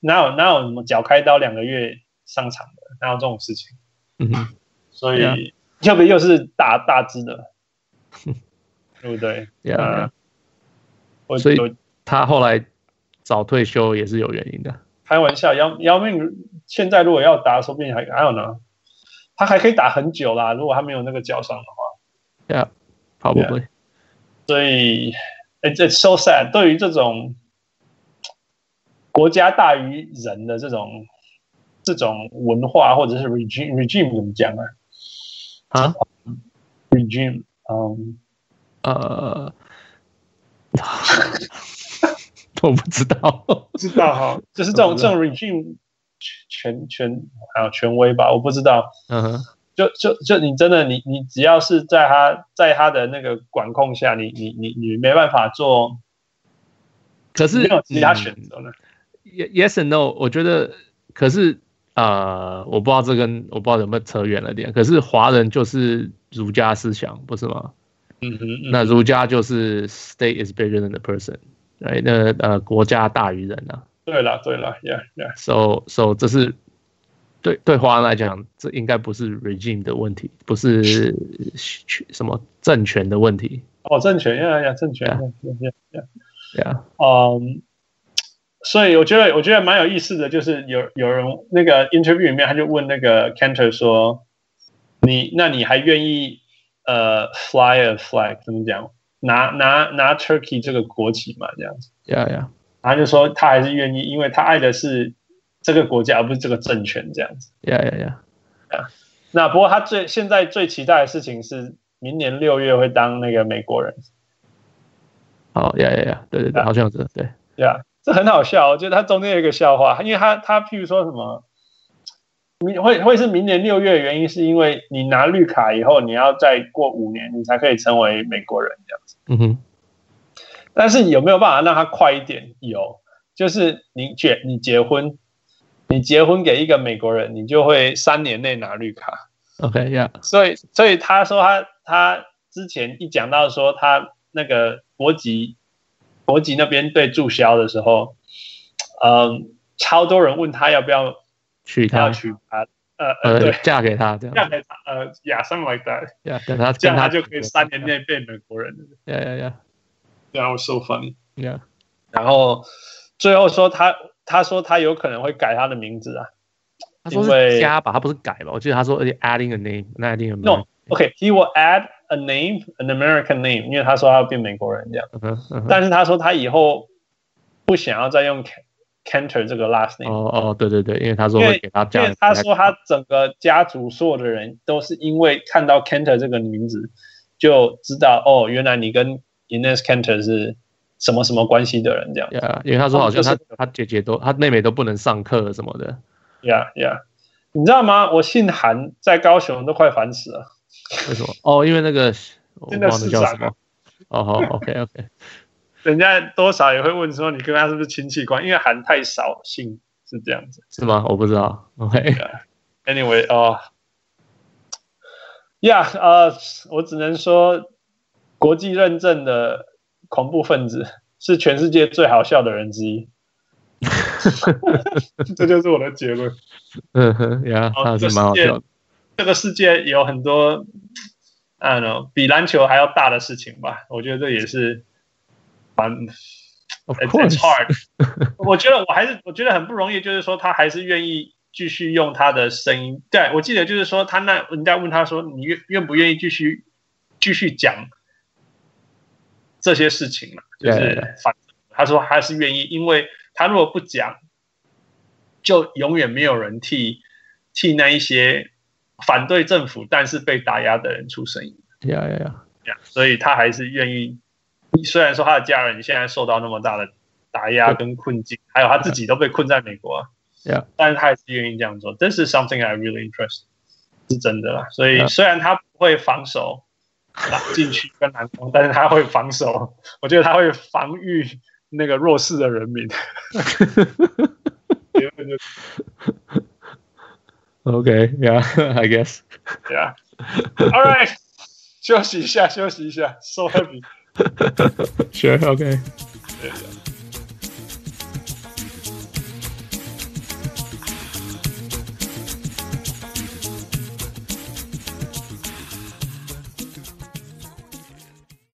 [SPEAKER 4] 哪有哪有什么脚开刀两个月上场的，哪有这种事情？
[SPEAKER 2] 嗯哼。
[SPEAKER 4] 所以、
[SPEAKER 2] 对啊
[SPEAKER 4] 特别又是大大只 的，对不对？
[SPEAKER 2] Yeah，
[SPEAKER 4] 啊我
[SPEAKER 2] 所以
[SPEAKER 4] 我
[SPEAKER 2] 他后来早退休也是有原因的。
[SPEAKER 4] 开玩笑，姚姚明现在如果要打，说不定还 I don't know，他还可以打很久啦，如果他没有那个脚伤的话。
[SPEAKER 2] Yeah, probably.
[SPEAKER 4] 所以，it's it's so sad。对于这种国家大于人的这种这种文化，或者是 regime regime 怎么讲啊
[SPEAKER 2] 啊，
[SPEAKER 4] ？regime，嗯，
[SPEAKER 2] 呃， 我不知道。
[SPEAKER 4] 知道哈，嗯就是这种这种 regime 权权还有权威吧，我不知道。
[SPEAKER 2] 嗯哼，
[SPEAKER 4] 就就就你真的你你只要是在他在他的那个管控下，你你你你没办法做，
[SPEAKER 2] 可是
[SPEAKER 4] 没有其他
[SPEAKER 2] 嗯
[SPEAKER 4] 选择了。
[SPEAKER 2] Ye- Yes and no，我觉得，可是呃，我不知道这跟我不知道有没有扯远了点。可是华人就是儒家思想，不是吗？
[SPEAKER 4] 嗯哼，嗯
[SPEAKER 2] 那儒家就是 state is bigger than the person，right？那呃，国家大于人啊。
[SPEAKER 4] 对了对了，yeah yeah，
[SPEAKER 2] So so 这是对对华人来讲，这应该不是 regime 的问题，不是什么政权的问题
[SPEAKER 4] 哦，政权，yeah yeah，政权
[SPEAKER 2] Yeah.
[SPEAKER 4] ，yeah yeah yeah。
[SPEAKER 2] ，yeah。
[SPEAKER 4] 嗯，所以我觉得我觉得蛮有意思的，就是有有人那个 interview 里面他就问那个 Cantor 说，你那你还愿意呃 fly a flag 怎么讲？拿拿拿 Turkey 这个国旗嘛，这样子，
[SPEAKER 2] Yeah, yeah,
[SPEAKER 4] 然后就说他还是愿意，因为他爱的是这个国家，而不是这个政权这样子。
[SPEAKER 2] yeah, yeah, yeah.
[SPEAKER 4] 那不过他最现在最期待的事情是明年六月会当那个美国人，
[SPEAKER 2] 好，yeah, yeah, yeah. 对对对，
[SPEAKER 4] Yeah.
[SPEAKER 2] 好像是对。
[SPEAKER 4] 对啊，这很好笑。我觉得它中间有一个笑话，因为他他譬如说什么，明会会是明年六月，原因是因为你拿绿卡以后，你要再过五年，你才可以成为美国人这样子。
[SPEAKER 2] 嗯哼，
[SPEAKER 4] 但是有没有办法让它快一点？有，就是你结你结婚，你结婚给一个美国人，你就会三年内拿绿卡。
[SPEAKER 2] OK, yeah,
[SPEAKER 4] 所以，所以他说他他之前一讲到说他那个国籍国籍那边被注销的时候，嗯，超多人问他要不要
[SPEAKER 2] 娶她
[SPEAKER 4] 要。娶她，呃呃
[SPEAKER 2] 啊呃
[SPEAKER 4] 对，，
[SPEAKER 2] 嫁给他这样
[SPEAKER 4] 这样
[SPEAKER 2] 子，
[SPEAKER 4] 给他呃，yeah something like that，
[SPEAKER 2] 呀，等他
[SPEAKER 4] 这样
[SPEAKER 2] 跟
[SPEAKER 4] 他
[SPEAKER 2] 他
[SPEAKER 4] 就可以三年，内变美国人了，
[SPEAKER 2] 呀呀呀
[SPEAKER 4] 对啊，我 so funny。
[SPEAKER 2] 呀，
[SPEAKER 4] 然后最后说他他说他有可能会改他的名字啊
[SPEAKER 2] 他说是加吧，他不是改吧？我记得他说，而且 adding a name，not adding a
[SPEAKER 4] ，no
[SPEAKER 2] name，
[SPEAKER 4] OK，he、will add a name an American name，因为他说他要变美国人这样。
[SPEAKER 2] 嗯哼嗯哼，
[SPEAKER 4] 但是他说他以后不想要再用 Can- Cantor 这个 last name，、
[SPEAKER 2] 哦哦，对对对，因为他说会给他
[SPEAKER 4] 因
[SPEAKER 2] 加
[SPEAKER 4] 为，他说他整个家族所有的人都是因为看到 Cantor 这个名字就知道哦，原来你跟 Ines Cantor 是什么什么关系的人这样。
[SPEAKER 2] 呀，因为他说好像
[SPEAKER 4] 他
[SPEAKER 2] 他
[SPEAKER 4] 们就是
[SPEAKER 2] 他姐姐都他妹妹都不能上课什么的，
[SPEAKER 4] Yeah yeah，你知道吗？我姓韩，在高雄都快烦死了。
[SPEAKER 2] 为什么？哦，因为那个我
[SPEAKER 4] 真的
[SPEAKER 2] 忘了
[SPEAKER 4] 市
[SPEAKER 2] 叫
[SPEAKER 4] 长
[SPEAKER 2] 什么。哦好，OK OK，
[SPEAKER 4] 人家多少也会问说你跟他是不是亲戚关系，因为韩太少姓是这样子。
[SPEAKER 2] 是吗？我不知道，OK，
[SPEAKER 4] Anyway，哦、y e a h 呃，我只能说，国际认证的恐怖分子是全世界最好笑的人之一。这就是我的结论。
[SPEAKER 2] 嗯哼，呀，
[SPEAKER 4] 哦
[SPEAKER 2] 他
[SPEAKER 4] 这
[SPEAKER 2] 是
[SPEAKER 4] 世
[SPEAKER 2] 蛮好
[SPEAKER 4] 界
[SPEAKER 2] 笑的，
[SPEAKER 4] 这个世界有很多，I don't know，比篮球还要大的事情吧。我觉得这也是蛮
[SPEAKER 2] Of
[SPEAKER 4] It's-
[SPEAKER 2] course
[SPEAKER 4] it's hard 。我觉得我还是我觉得很不容易，就是说他还是愿意继续用他的声音。对我记得就是说他那人家问他说你愿愿不愿意继续继续讲这些事情嘛？就
[SPEAKER 2] Yeah,
[SPEAKER 4] 是
[SPEAKER 2] yeah,
[SPEAKER 4] 反他说他是愿意，因为他如果不讲，就永远没有人替替那一些反对政府但是被打压的人出声音。
[SPEAKER 2] 呀呀呀，
[SPEAKER 4] 所以他还是愿意。虽然说他的家人现在受到那么大的打压跟困境，还有他自己都被困在美国、啊
[SPEAKER 2] Yeah.
[SPEAKER 4] 但是他还是愿意这样做。This is something I really interest，是真的啦。所以
[SPEAKER 2] Yeah.
[SPEAKER 4] 虽然他不会防守打禁区跟篮筐，但是他会防守，我觉得他会防御那个弱势的人民。结论就是
[SPEAKER 2] OK，yeah，I guess。
[SPEAKER 4] 这样。All right，休息一下，休息一下，so happy。
[SPEAKER 2] Sure, okay.
[SPEAKER 4] 对对